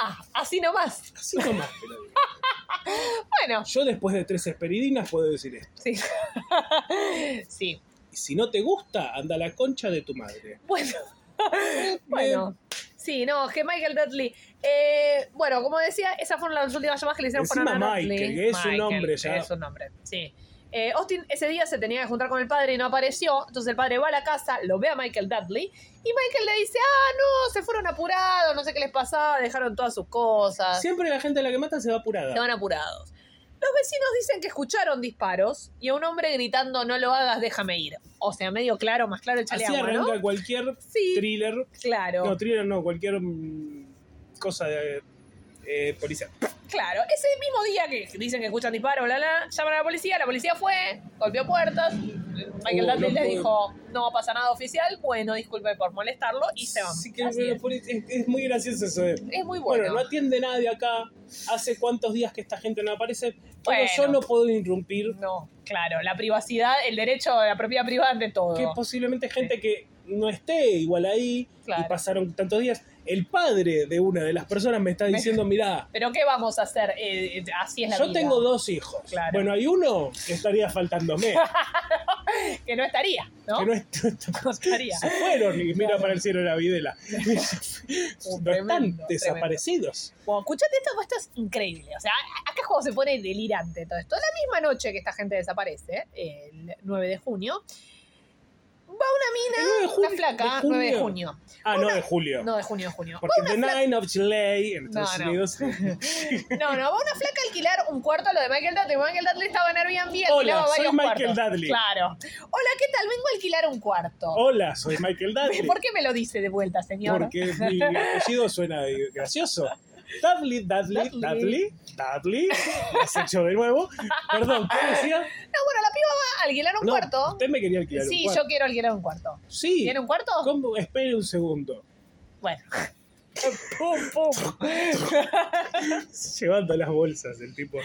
Speaker 2: Ah, así nomás.
Speaker 1: Así nomás te lo digo.
Speaker 2: Bueno,
Speaker 1: Yo después de tres esperidinas puedo decir esto.
Speaker 2: sí. sí.
Speaker 1: Y si no te gusta, anda a la concha de tu madre.
Speaker 2: Bueno. bueno. Sí, no, es que Michael Dudley. eh, bueno, como decía, esas fueron las últimas llamadas que le hicieron
Speaker 1: Encima
Speaker 2: para Michael,
Speaker 1: Michael, que es un nombre ya.
Speaker 2: Es un nombre, sí. Eh, Austin ese día se tenía que juntar con el padre y no apareció. Entonces el padre va a la casa, lo ve a Michael Dudley y Michael le dice: Ah, no, se fueron apurados, no sé qué les pasaba, dejaron todas sus cosas.
Speaker 1: Siempre la gente a la que mata se va apurada.
Speaker 2: Estaban apurados. Los vecinos dicen que escucharon disparos y a un hombre gritando: No lo hagas, déjame ir. O sea, medio claro, más claro,
Speaker 1: Así
Speaker 2: échale agua, ¿no?
Speaker 1: arranca cualquier
Speaker 2: Sí,
Speaker 1: thriller.
Speaker 2: claro.
Speaker 1: No, thriller no, cualquier mm, cosa de eh, policía.
Speaker 2: Claro, ese mismo día que dicen que escuchan disparos, bla, bla, llaman a la policía, la policía fue, golpeó puertas, Michael
Speaker 1: Oh,
Speaker 2: Dudley
Speaker 1: no
Speaker 2: les
Speaker 1: puedo.
Speaker 2: dijo, no pasa nada oficial, bueno, disculpe por molestarlo, y se van.
Speaker 1: Sí que
Speaker 2: Así
Speaker 1: me lo
Speaker 2: es.
Speaker 1: pone- es, es muy gracioso eso. eh.
Speaker 2: Es muy
Speaker 1: Bueno,
Speaker 2: bueno.
Speaker 1: no atiende nadie acá. Hace cuántos días que esta gente no aparece. Pero
Speaker 2: Bueno.
Speaker 1: yo no puedo irrumpir.
Speaker 2: No, claro, la privacidad, el derecho a la propiedad privada ante todo.
Speaker 1: Que posiblemente gente que no esté igual ahí
Speaker 2: Claro.
Speaker 1: y pasaron tantos días. El padre de una de las personas me está diciendo, mirá,
Speaker 2: Pero ¿qué vamos a hacer? Eh, eh, así es la
Speaker 1: yo
Speaker 2: vida.
Speaker 1: tengo dos hijos.
Speaker 2: Claro.
Speaker 1: Bueno, hay uno que estaría faltándome.
Speaker 2: Que no estaría, ¿no?
Speaker 1: que no es-
Speaker 2: No estaría.
Speaker 1: se fueron y mira para el cielo la videla.
Speaker 2: Uh,
Speaker 1: No están
Speaker 2: tremendo,
Speaker 1: desaparecidos.
Speaker 2: Bueno, escuchate esto, porque esto es increíble. O sea, acá es como se pone delirante todo esto. La misma noche que esta gente desaparece, el 9 de junio, va una mina,
Speaker 1: El 9 de junio-
Speaker 2: una flaca,
Speaker 1: de junio.
Speaker 2: 9 de junio.
Speaker 1: Ah, no, de julio.
Speaker 2: No, de junio, junio.
Speaker 1: Porque The Nine of July en
Speaker 2: No,
Speaker 1: Estados
Speaker 2: no.
Speaker 1: Unidos.
Speaker 2: No, no, va una flaca a alquilar un cuarto a lo de Michael Dudley. Michael Dudley estaba en Airbnb,
Speaker 1: Hola,
Speaker 2: alquilaba
Speaker 1: soy
Speaker 2: varios
Speaker 1: Michael
Speaker 2: cuartos.
Speaker 1: Dudley. Oh,
Speaker 2: Claro. Hola, ¿qué tal? Vengo a alquilar un cuarto.
Speaker 1: Hola, soy Michael Dudley.
Speaker 2: ¿Por qué me lo dice de vuelta, señor?
Speaker 1: Porque mi apellido suena gracioso. Dudley, Dudley, Dudley,
Speaker 2: Dudley.
Speaker 1: Dudley. Lo has hecho de nuevo. Perdón, ¿qué decía?
Speaker 2: bueno, la piba va a alquilar un
Speaker 1: No,
Speaker 2: cuarto.
Speaker 1: Usted me quería alquilar
Speaker 2: Sí,
Speaker 1: un cuarto.
Speaker 2: yo quiero alquilar un cuarto.
Speaker 1: Sí.
Speaker 2: ¿Tiene un cuarto?
Speaker 1: ¿Cómo? Espere un segundo.
Speaker 2: Bueno. pum, pum.
Speaker 1: Llevando las bolsas el tipo.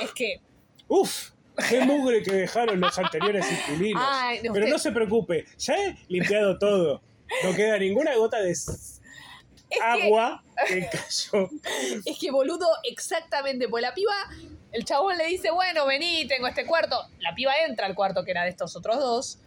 Speaker 2: Es que
Speaker 1: ¡Uf! ¡Qué mugre que dejaron los anteriores inquilinos!
Speaker 2: Ay, no,
Speaker 1: Pero
Speaker 2: usted-
Speaker 1: no se preocupe, ya he limpiado todo. No queda ninguna gota de s-
Speaker 2: Es que-
Speaker 1: agua que cayó.
Speaker 2: Es que boludo, exactamente, pues la piba, el chabón le dice, bueno, vení, tengo este cuarto. La piba entra al cuarto que era de estos otros dos.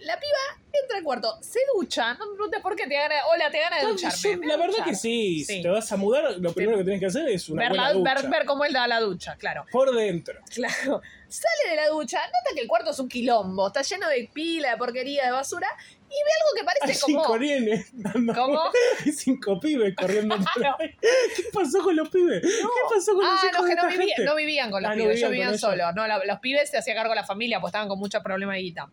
Speaker 2: La piba entra al cuarto, se ducha, no me preguntes por qué te gana, hola, te gana de ducharme.
Speaker 1: Yo-
Speaker 2: me
Speaker 1: la
Speaker 2: voy a
Speaker 1: verdad
Speaker 2: duchar.
Speaker 1: que sí, si
Speaker 2: Sí.
Speaker 1: te vas a mudar, lo primero que tenés que hacer es una
Speaker 2: Ver,
Speaker 1: buena
Speaker 2: la-
Speaker 1: ducha.
Speaker 2: ver- ver cómo él da la ducha, claro.
Speaker 1: Por dentro.
Speaker 2: Claro. Sale de la ducha, nota que el cuarto es un quilombo, está lleno de pila, de porquería, de basura, y ve algo que
Speaker 1: Hay
Speaker 2: parece como.
Speaker 1: cinco nenes dando
Speaker 2: ¿Cómo?
Speaker 1: Hay cinco pibes corriendo por
Speaker 2: Claro.
Speaker 1: ahí. ¿Qué pasó con los pibes? ¿Qué pasó con
Speaker 2: ah,
Speaker 1: los hijos
Speaker 2: no,
Speaker 1: de
Speaker 2: que no,
Speaker 1: esta
Speaker 2: vivía-
Speaker 1: gente?
Speaker 2: no vivían con los
Speaker 1: Ah, no
Speaker 2: pibes,
Speaker 1: vivían
Speaker 2: ellos vivían
Speaker 1: con
Speaker 2: solos. No, la- los pibes se hacía cargo la familia, pues estaban con muchos problemas de guita.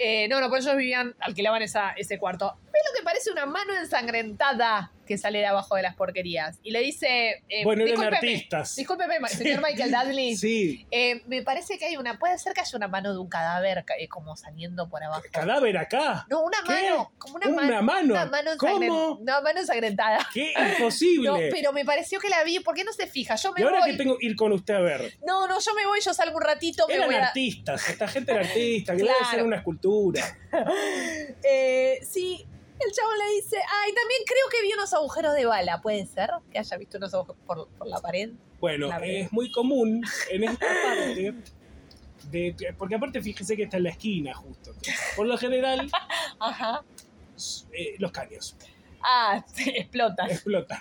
Speaker 2: Eh, no, no, pues ellos vivían, alquilaban esa, ese cuarto. Ve lo que parece una mano ensangrentada que sale de abajo de las porquerías. Y le dice. eh,
Speaker 1: Bueno, eran
Speaker 2: discúlpeme,
Speaker 1: artistas.
Speaker 2: Discúlpeme, ma- señor Michael Dudley.
Speaker 1: Sí,
Speaker 2: eh, me parece que hay una. Puede ser que haya una mano de un cadáver ca- eh, como saliendo por abajo.
Speaker 1: cadáver acá.
Speaker 2: No, una
Speaker 1: ¿Qué?
Speaker 2: mano. Como una,
Speaker 1: Una
Speaker 2: mano.
Speaker 1: mano.
Speaker 2: Una mano, ensangren-
Speaker 1: ¿Cómo?
Speaker 2: una mano ensangrentada.
Speaker 1: ¡Qué imposible!
Speaker 2: No, pero me pareció que la vi. ¿Por qué no se fija? Yo me
Speaker 1: y ahora
Speaker 2: voy.
Speaker 1: que tengo que ir con usted a ver.
Speaker 2: No, no, yo me voy, yo salgo un ratito, me
Speaker 1: Eran
Speaker 2: voy a...
Speaker 1: artistas, esta gente era artista, que debe
Speaker 2: Claro.
Speaker 1: ser una escultura.
Speaker 2: Eh, sí, el chabón le dice, ay, también creo que vi unos agujeros de bala, ¿puede ser? Que haya visto unos agujeros por, por la pared.
Speaker 1: Bueno,
Speaker 2: La verdad.
Speaker 1: es muy común en esta parte. De, porque aparte fíjese que está en la esquina justo. Por lo general,
Speaker 2: Ajá.
Speaker 1: eh, los caños
Speaker 2: Ah, sí, explotan.
Speaker 1: explotan.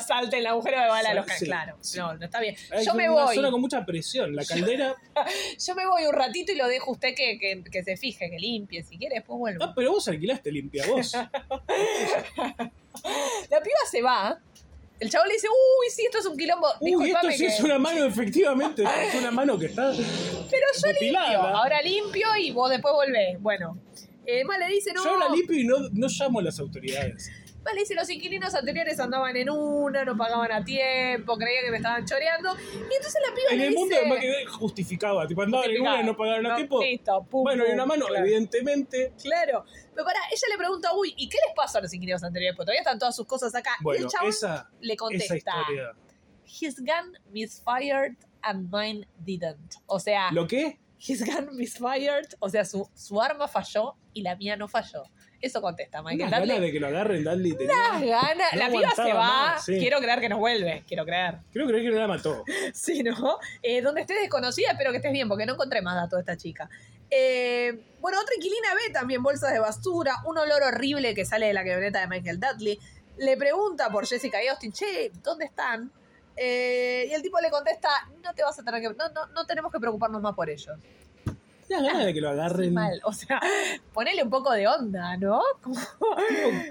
Speaker 2: Salta el agujero de bala a los
Speaker 1: Sí,
Speaker 2: can- Claro,
Speaker 1: sí.
Speaker 2: no, no está bien.
Speaker 1: Hay
Speaker 2: Yo me
Speaker 1: una
Speaker 2: voy.
Speaker 1: zona con mucha presión. La caldera.
Speaker 2: Yo me voy un ratito y lo dejo usted que, que, que se fije, que limpie, si quiere, después vuelvo.
Speaker 1: Ah, pero vos alquilaste limpia vos.
Speaker 2: La piba se va. El chabón le dice, uy, sí, esto es un quilombo.
Speaker 1: Uy, esto
Speaker 2: Disculpame
Speaker 1: sí
Speaker 2: que-
Speaker 1: es una mano, efectivamente. Es una mano que está.
Speaker 2: Pero yo
Speaker 1: Depilada.
Speaker 2: limpio. Ahora limpio y vos después volvés. Bueno. Eh, más le dice, no.
Speaker 1: Yo la limpio y no, no llamo a las autoridades.
Speaker 2: Más le dice, los inquilinos anteriores andaban en una, no pagaban a tiempo, creían que me estaban choreando. Y entonces la piba
Speaker 1: En
Speaker 2: le
Speaker 1: el mundo
Speaker 2: dice.
Speaker 1: de Maquedé justificaba. Tipo, andaban en
Speaker 2: "Justificado,
Speaker 1: una, no pagaron a tiempo.
Speaker 2: Listo, pum,
Speaker 1: Bueno, y
Speaker 2: pum,
Speaker 1: una mano,
Speaker 2: claro.
Speaker 1: evidentemente.
Speaker 2: Claro. Pero pará, ella le pregunta, uy, ¿y qué les pasó a los inquilinos anteriores? Porque todavía están todas sus cosas acá. y
Speaker 1: Bueno,
Speaker 2: el chabón
Speaker 1: esa,
Speaker 2: le
Speaker 1: esa
Speaker 2: contesta:
Speaker 1: historia.
Speaker 2: His gun misfired and mine didn't. O sea,
Speaker 1: ¿Lo qué?
Speaker 2: his gun misfired. O sea, su, su arma falló y la mía no falló. Eso contesta Michael
Speaker 1: Unas
Speaker 2: Dudley.
Speaker 1: ganas de que lo agarren, Dudley tenía.
Speaker 2: Las ganas.
Speaker 1: No
Speaker 2: la piba se
Speaker 1: aguantaba
Speaker 2: va.
Speaker 1: más, sí.
Speaker 2: Quiero creer que nos vuelve. Quiero creer.
Speaker 1: Creo que que no la mató.
Speaker 2: Sí, ¿no? Eh, donde estés desconocida, espero que estés bien, porque no encontré más datos de esta chica. Eh, bueno, otra inquilina ve también bolsas de basura, un olor horrible que sale de la camioneta de Michael Dudley. Le pregunta por Jessica y Austin, che, ¿dónde están? Eh, y el tipo le contesta, no te vas a tener que. No, no, no tenemos que preocuparnos más por ellos.
Speaker 1: Las ganas de que lo
Speaker 2: Sí,
Speaker 1: agarren.
Speaker 2: mal. O sea, ponele un poco de onda, ¿no? Como-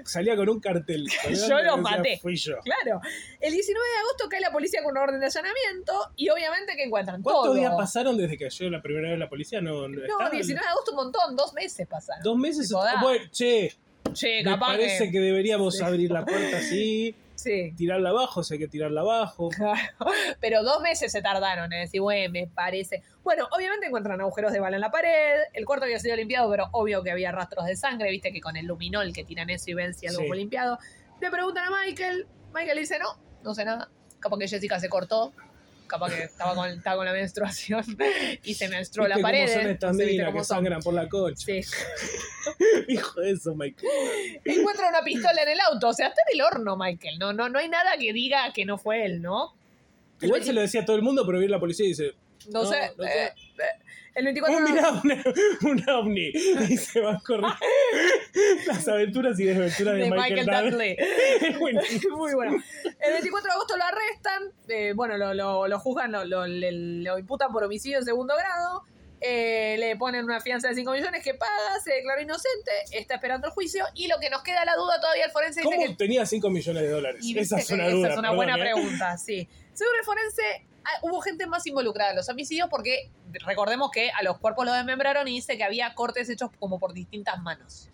Speaker 1: Salía con un cartel. colgando
Speaker 2: Yo lo
Speaker 1: que decía,
Speaker 2: maté.
Speaker 1: Fui yo.
Speaker 2: claro. El 19 de agosto cae la policía con una orden de allanamiento y obviamente que encuentran
Speaker 1: ¿Cuántos
Speaker 2: todo.
Speaker 1: días pasaron desde que cayó la primera vez la policía? No, no,
Speaker 2: No,
Speaker 1: estaban
Speaker 2: 19 de agosto un montón, dos meses pasaron.
Speaker 1: Dos meses.
Speaker 2: Tipo, da.
Speaker 1: Bueno, che,
Speaker 2: Che,
Speaker 1: me
Speaker 2: capaz
Speaker 1: parece que,
Speaker 2: que...
Speaker 1: deberíamos
Speaker 2: Sí.
Speaker 1: abrir la puerta así,
Speaker 2: Sí.
Speaker 1: tirarla abajo, si hay que tirarla abajo.
Speaker 2: Claro. Pero dos meses se tardaron en decir, bueno, me parece. Bueno, obviamente encuentran agujeros de bala en la pared, el cuarto había sido limpiado, pero obvio que había rastros de sangre, viste que con el luminol que tiran eso y ven si algo
Speaker 1: Sí.
Speaker 2: fue limpiado. Le preguntan a Michael, Michael le dice, no, no sé nada. Capaz que Jessica se cortó, capaz que estaba con, estaba con la menstruación y se menstruó
Speaker 1: ¿Viste
Speaker 2: la pared.
Speaker 1: cómo son estas
Speaker 2: No sé, viste
Speaker 1: minas
Speaker 2: cómo
Speaker 1: que
Speaker 2: son.
Speaker 1: sangran por la concha?
Speaker 2: Sí.
Speaker 1: Hijo de eso, Michael.
Speaker 2: encuentra una pistola en el auto. O sea, está en el horno, Michael. No, no, no hay nada que diga que no fue él, ¿no?
Speaker 1: Igual se lo decía a todo el mundo, pero viene la policía y dice,
Speaker 2: No,
Speaker 1: No,
Speaker 2: sé.
Speaker 1: no sé.
Speaker 2: eh, eh, el
Speaker 1: ¡Oh,
Speaker 2: 24 de
Speaker 1: mirá, una- un ovni! Y se va a correr. Las aventuras y desventuras de,
Speaker 2: de
Speaker 1: Michael,
Speaker 2: Michael Dudley.
Speaker 1: Dudley. Buenísimo.
Speaker 2: Muy bueno. El 24 de agosto lo arrestan. eh, bueno, lo, lo- lo juzgan, lo, lo- le- lo imputan por homicidio en segundo grado. eh, le ponen una fianza de 5 millones que paga, se declaró inocente, está esperando el juicio. Y lo que nos queda la duda todavía, el forense dice
Speaker 1: ¿Cómo
Speaker 2: que
Speaker 1: tenía 5 millones de dólares?
Speaker 2: Y
Speaker 1: Esa
Speaker 2: viste
Speaker 1: es una
Speaker 2: que
Speaker 1: duda.
Speaker 2: esa es una
Speaker 1: perdón,
Speaker 2: buena
Speaker 1: ¿eh?
Speaker 2: pregunta, sí. Según el forense, ah, hubo gente más involucrada en los homicidios porque recordemos que a los cuerpos los desmembraron y dice que había cortes hechos como por distintas manos.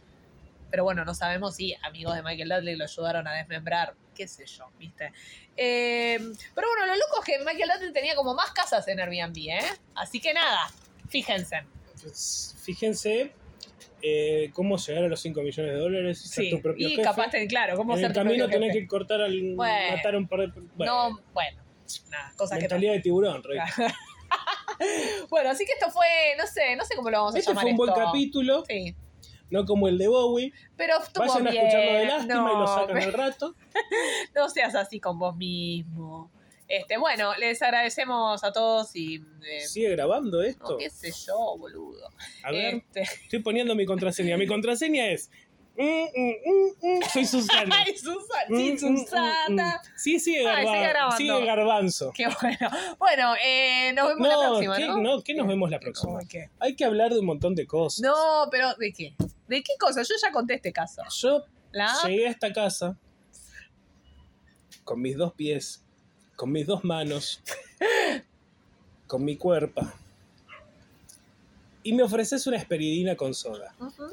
Speaker 2: pero bueno, no sabemos si amigos de Michael Dudley lo ayudaron a desmembrar, qué sé yo, ¿viste? Eh, pero bueno, lo loco es que Michael Dudley tenía como más casas en Airbnb, ¿eh? Así que nada, fíjense.
Speaker 1: Entonces, fíjense eh, cómo llegar a los 5 millones de dólares y ser
Speaker 2: Sí,
Speaker 1: tu propio
Speaker 2: y
Speaker 1: jefe.
Speaker 2: capaz, ten- claro, ¿cómo
Speaker 1: en
Speaker 2: ser
Speaker 1: el
Speaker 2: tu
Speaker 1: camino
Speaker 2: propio
Speaker 1: tenés
Speaker 2: jefe?
Speaker 1: que cortar, al,
Speaker 2: Bueno.
Speaker 1: matar a un par de... Bueno,
Speaker 2: No, bueno, nada, cosas que...
Speaker 1: mentalidad de tiburón, Rey.
Speaker 2: Bueno, así que esto fue, no sé, no sé cómo lo vamos a
Speaker 1: Este
Speaker 2: llamar
Speaker 1: fue un buen
Speaker 2: esto.
Speaker 1: capítulo,
Speaker 2: Sí,
Speaker 1: no como el de Bowie.
Speaker 2: pero estuvo
Speaker 1: Vayan a
Speaker 2: bien.
Speaker 1: escucharlo de lástima y lo
Speaker 2: no,
Speaker 1: sacan al rato.
Speaker 2: no seas así con vos mismo. Este, bueno, les agradecemos a todos y... eh,
Speaker 1: ¿Sigue grabando
Speaker 2: no,
Speaker 1: esto?
Speaker 2: qué sé yo, boludo.
Speaker 1: A ver,
Speaker 2: Este,
Speaker 1: estoy poniendo mi contraseña. Mi contraseña es... mm, mm, mm, mm, soy Susana.
Speaker 2: ay, Susana,
Speaker 1: Mm,
Speaker 2: sí,
Speaker 1: mm, mm,
Speaker 2: Susana.
Speaker 1: mm. Sí, sigue,
Speaker 2: Ay,
Speaker 1: garba-
Speaker 2: sigue
Speaker 1: sigue
Speaker 2: grabando.
Speaker 1: garbanzo.
Speaker 2: Qué bueno. Bueno, eh, nos vemos la próxima,
Speaker 1: ¿qué,
Speaker 2: ¿no?
Speaker 1: ¿qué nos vemos la próxima?
Speaker 2: Ay, ¿qué?
Speaker 1: Hay que hablar de un montón de cosas.
Speaker 2: No, pero ¿de qué? ¿De qué cosa? Yo ya conté este caso.
Speaker 1: Yo
Speaker 2: La
Speaker 1: llegué a esta casa con mis dos pies, con mis dos manos, con mi cuerpo. Y me ofreces una esperidina con soda.
Speaker 2: Ujú.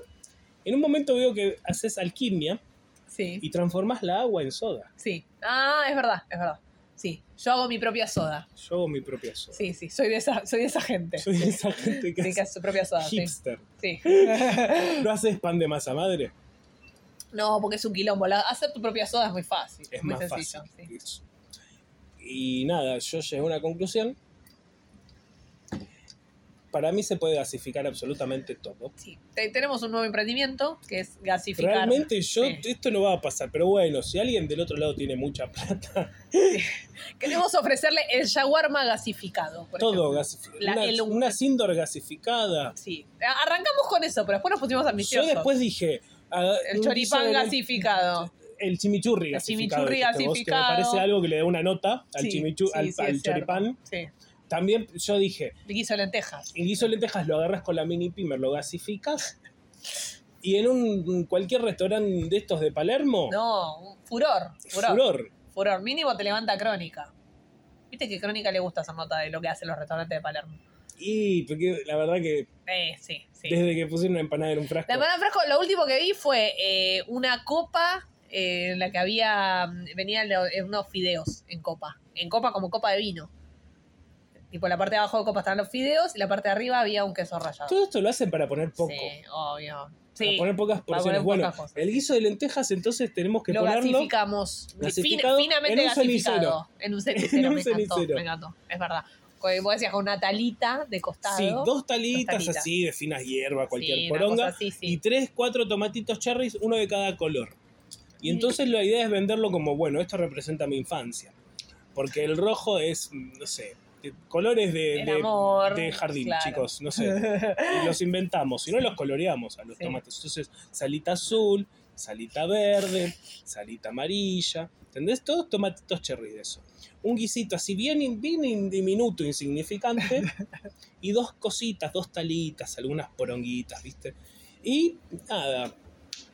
Speaker 1: En un momento veo que haces alquimia
Speaker 2: Sí,
Speaker 1: y transformas la agua en soda.
Speaker 2: sí. Ah, es verdad, es verdad. Sí, yo hago mi propia soda.
Speaker 1: Yo hago mi propia soda.
Speaker 2: Sí, sí, soy de esa, soy de esa gente.
Speaker 1: Soy de esa gente que
Speaker 2: Sí,
Speaker 1: hace
Speaker 2: que hace su propia soda, sí.
Speaker 1: hipster.
Speaker 2: sí.
Speaker 1: ¿No haces pan de masa madre?
Speaker 2: No, porque es un quilombo. La- hacer tu propia soda es muy fácil.
Speaker 1: es
Speaker 2: muy
Speaker 1: más
Speaker 2: sencillo.
Speaker 1: fácil.
Speaker 2: sí.
Speaker 1: Eso. Y nada, yo llegué a una conclusión. Para mí se puede gasificar absolutamente todo.
Speaker 2: Sí. Te- tenemos un nuevo emprendimiento que es gasificar.
Speaker 1: Realmente yo,
Speaker 2: Sí.
Speaker 1: esto no va a pasar, pero bueno, si alguien del otro lado tiene mucha plata,
Speaker 2: Queremos ofrecerle el shawarma gasificado. por
Speaker 1: todo
Speaker 2: ejemplo.
Speaker 1: gasificado.
Speaker 2: La-
Speaker 1: Una,
Speaker 2: el-
Speaker 1: una Sindor gasificada.
Speaker 2: Sí. A- Arrancamos con eso, pero después nos pusimos
Speaker 1: Yo
Speaker 2: ambiciosos.
Speaker 1: después dije... ah, un
Speaker 2: El
Speaker 1: guiso
Speaker 2: choripán
Speaker 1: de la-
Speaker 2: gasificado.
Speaker 1: El chimichurri
Speaker 2: El
Speaker 1: gasificado.
Speaker 2: chimichurri
Speaker 1: dijiste vos, que me
Speaker 2: gasificado.
Speaker 1: parece algo que le da una nota al,
Speaker 2: Sí,
Speaker 1: chimichu-
Speaker 2: sí,
Speaker 1: al,
Speaker 2: sí,
Speaker 1: al
Speaker 2: es cierto.
Speaker 1: choripán.
Speaker 2: Sí.
Speaker 1: También yo dije,
Speaker 2: Guiso de lentejas.
Speaker 1: El guiso de lentejas lo agarras con la mini pimer, lo gasificas. Y en un cualquier restaurante de estos de Palermo,
Speaker 2: No, un furor. Furor.
Speaker 1: furor.
Speaker 2: Furor. Mínimo te levanta Crónica. Viste que Crónica le gusta esa nota de lo que hacen los restaurantes de Palermo.
Speaker 1: Y porque la verdad que
Speaker 2: Eh, sí, sí.
Speaker 1: desde que pusieron una empanada en un frasco,
Speaker 2: La empanada de fresco, lo último que vi fue eh, una copa eh, en la que había. mm, Venían lo- eh, unos fideos en copa. En copa como copa de vino. Y por la parte de abajo de copa estaban los fideos y la parte de arriba había un queso rallado.
Speaker 1: todo esto lo hacen para poner poco.
Speaker 2: Sí, obvio.
Speaker 1: Para
Speaker 2: Sí,
Speaker 1: poner pocas
Speaker 2: poner
Speaker 1: porciones. bueno,
Speaker 2: pocas cosas.
Speaker 1: el guiso de lentejas entonces tenemos que
Speaker 2: lo
Speaker 1: ponerlo
Speaker 2: gasificamos. Fin-
Speaker 1: gasificado
Speaker 2: finamente
Speaker 1: en un cenicero.
Speaker 2: gasificado. En un cenicero,
Speaker 1: En un
Speaker 2: me encantó.
Speaker 1: cenicero.
Speaker 2: Me encantó, es verdad. Como vos decías, con una talita de costado.
Speaker 1: sí, dos talitas
Speaker 2: talitas.
Speaker 1: así de finas hierbas, cualquier
Speaker 2: Sí, una
Speaker 1: poronga,
Speaker 2: cosa así, sí.
Speaker 1: y tres, cuatro tomatitos cherries, uno de cada color. Y entonces la idea es venderlo como, bueno, esto representa mi infancia. Porque el rojo es, no sé, de- colores de,
Speaker 2: El
Speaker 1: de-
Speaker 2: amor,
Speaker 1: de jardín,
Speaker 2: claro.
Speaker 1: chicos, no sé. Y los inventamos, si no los coloreamos a los
Speaker 2: Sí.
Speaker 1: tomates. Entonces, salita azul, salita verde, salita amarilla. ¿Entendés? Todos tomatitos cherry de eso. Un guisito así bien, in- bien in- diminuto, insignificante. y dos cositas, dos talitas, algunas poronguitas, ¿viste? Y nada,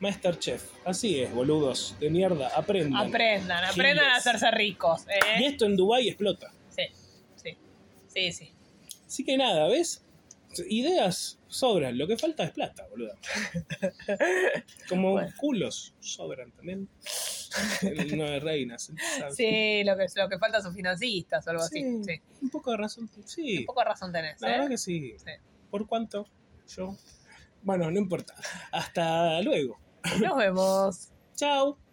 Speaker 1: Masterchef. Así es, boludos. De mierda, aprendan.
Speaker 2: Aprendan, aprendan a
Speaker 1: Giles.
Speaker 2: hacerse ricos.
Speaker 1: y
Speaker 2: ¿eh?
Speaker 1: esto en Dubái explota.
Speaker 2: Sí, sí. Sí, sí.
Speaker 1: Así que nada, ¿ves? Ideas sobran, lo que falta es plata, boludo. Como
Speaker 2: Bueno.
Speaker 1: culos sobran también. El no de reinas. ¿sabes?
Speaker 2: Sí, lo que, lo que falta son financistas o algo así.
Speaker 1: Sí.
Speaker 2: Sí.
Speaker 1: Un poco de razón. Sí,
Speaker 2: Un poco de razón tenés,
Speaker 1: la
Speaker 2: ¿eh?
Speaker 1: verdad que sí.
Speaker 2: Sí.
Speaker 1: ¿Por cuánto? Yo. Bueno, no importa. Hasta luego.
Speaker 2: Nos vemos.
Speaker 1: Chao.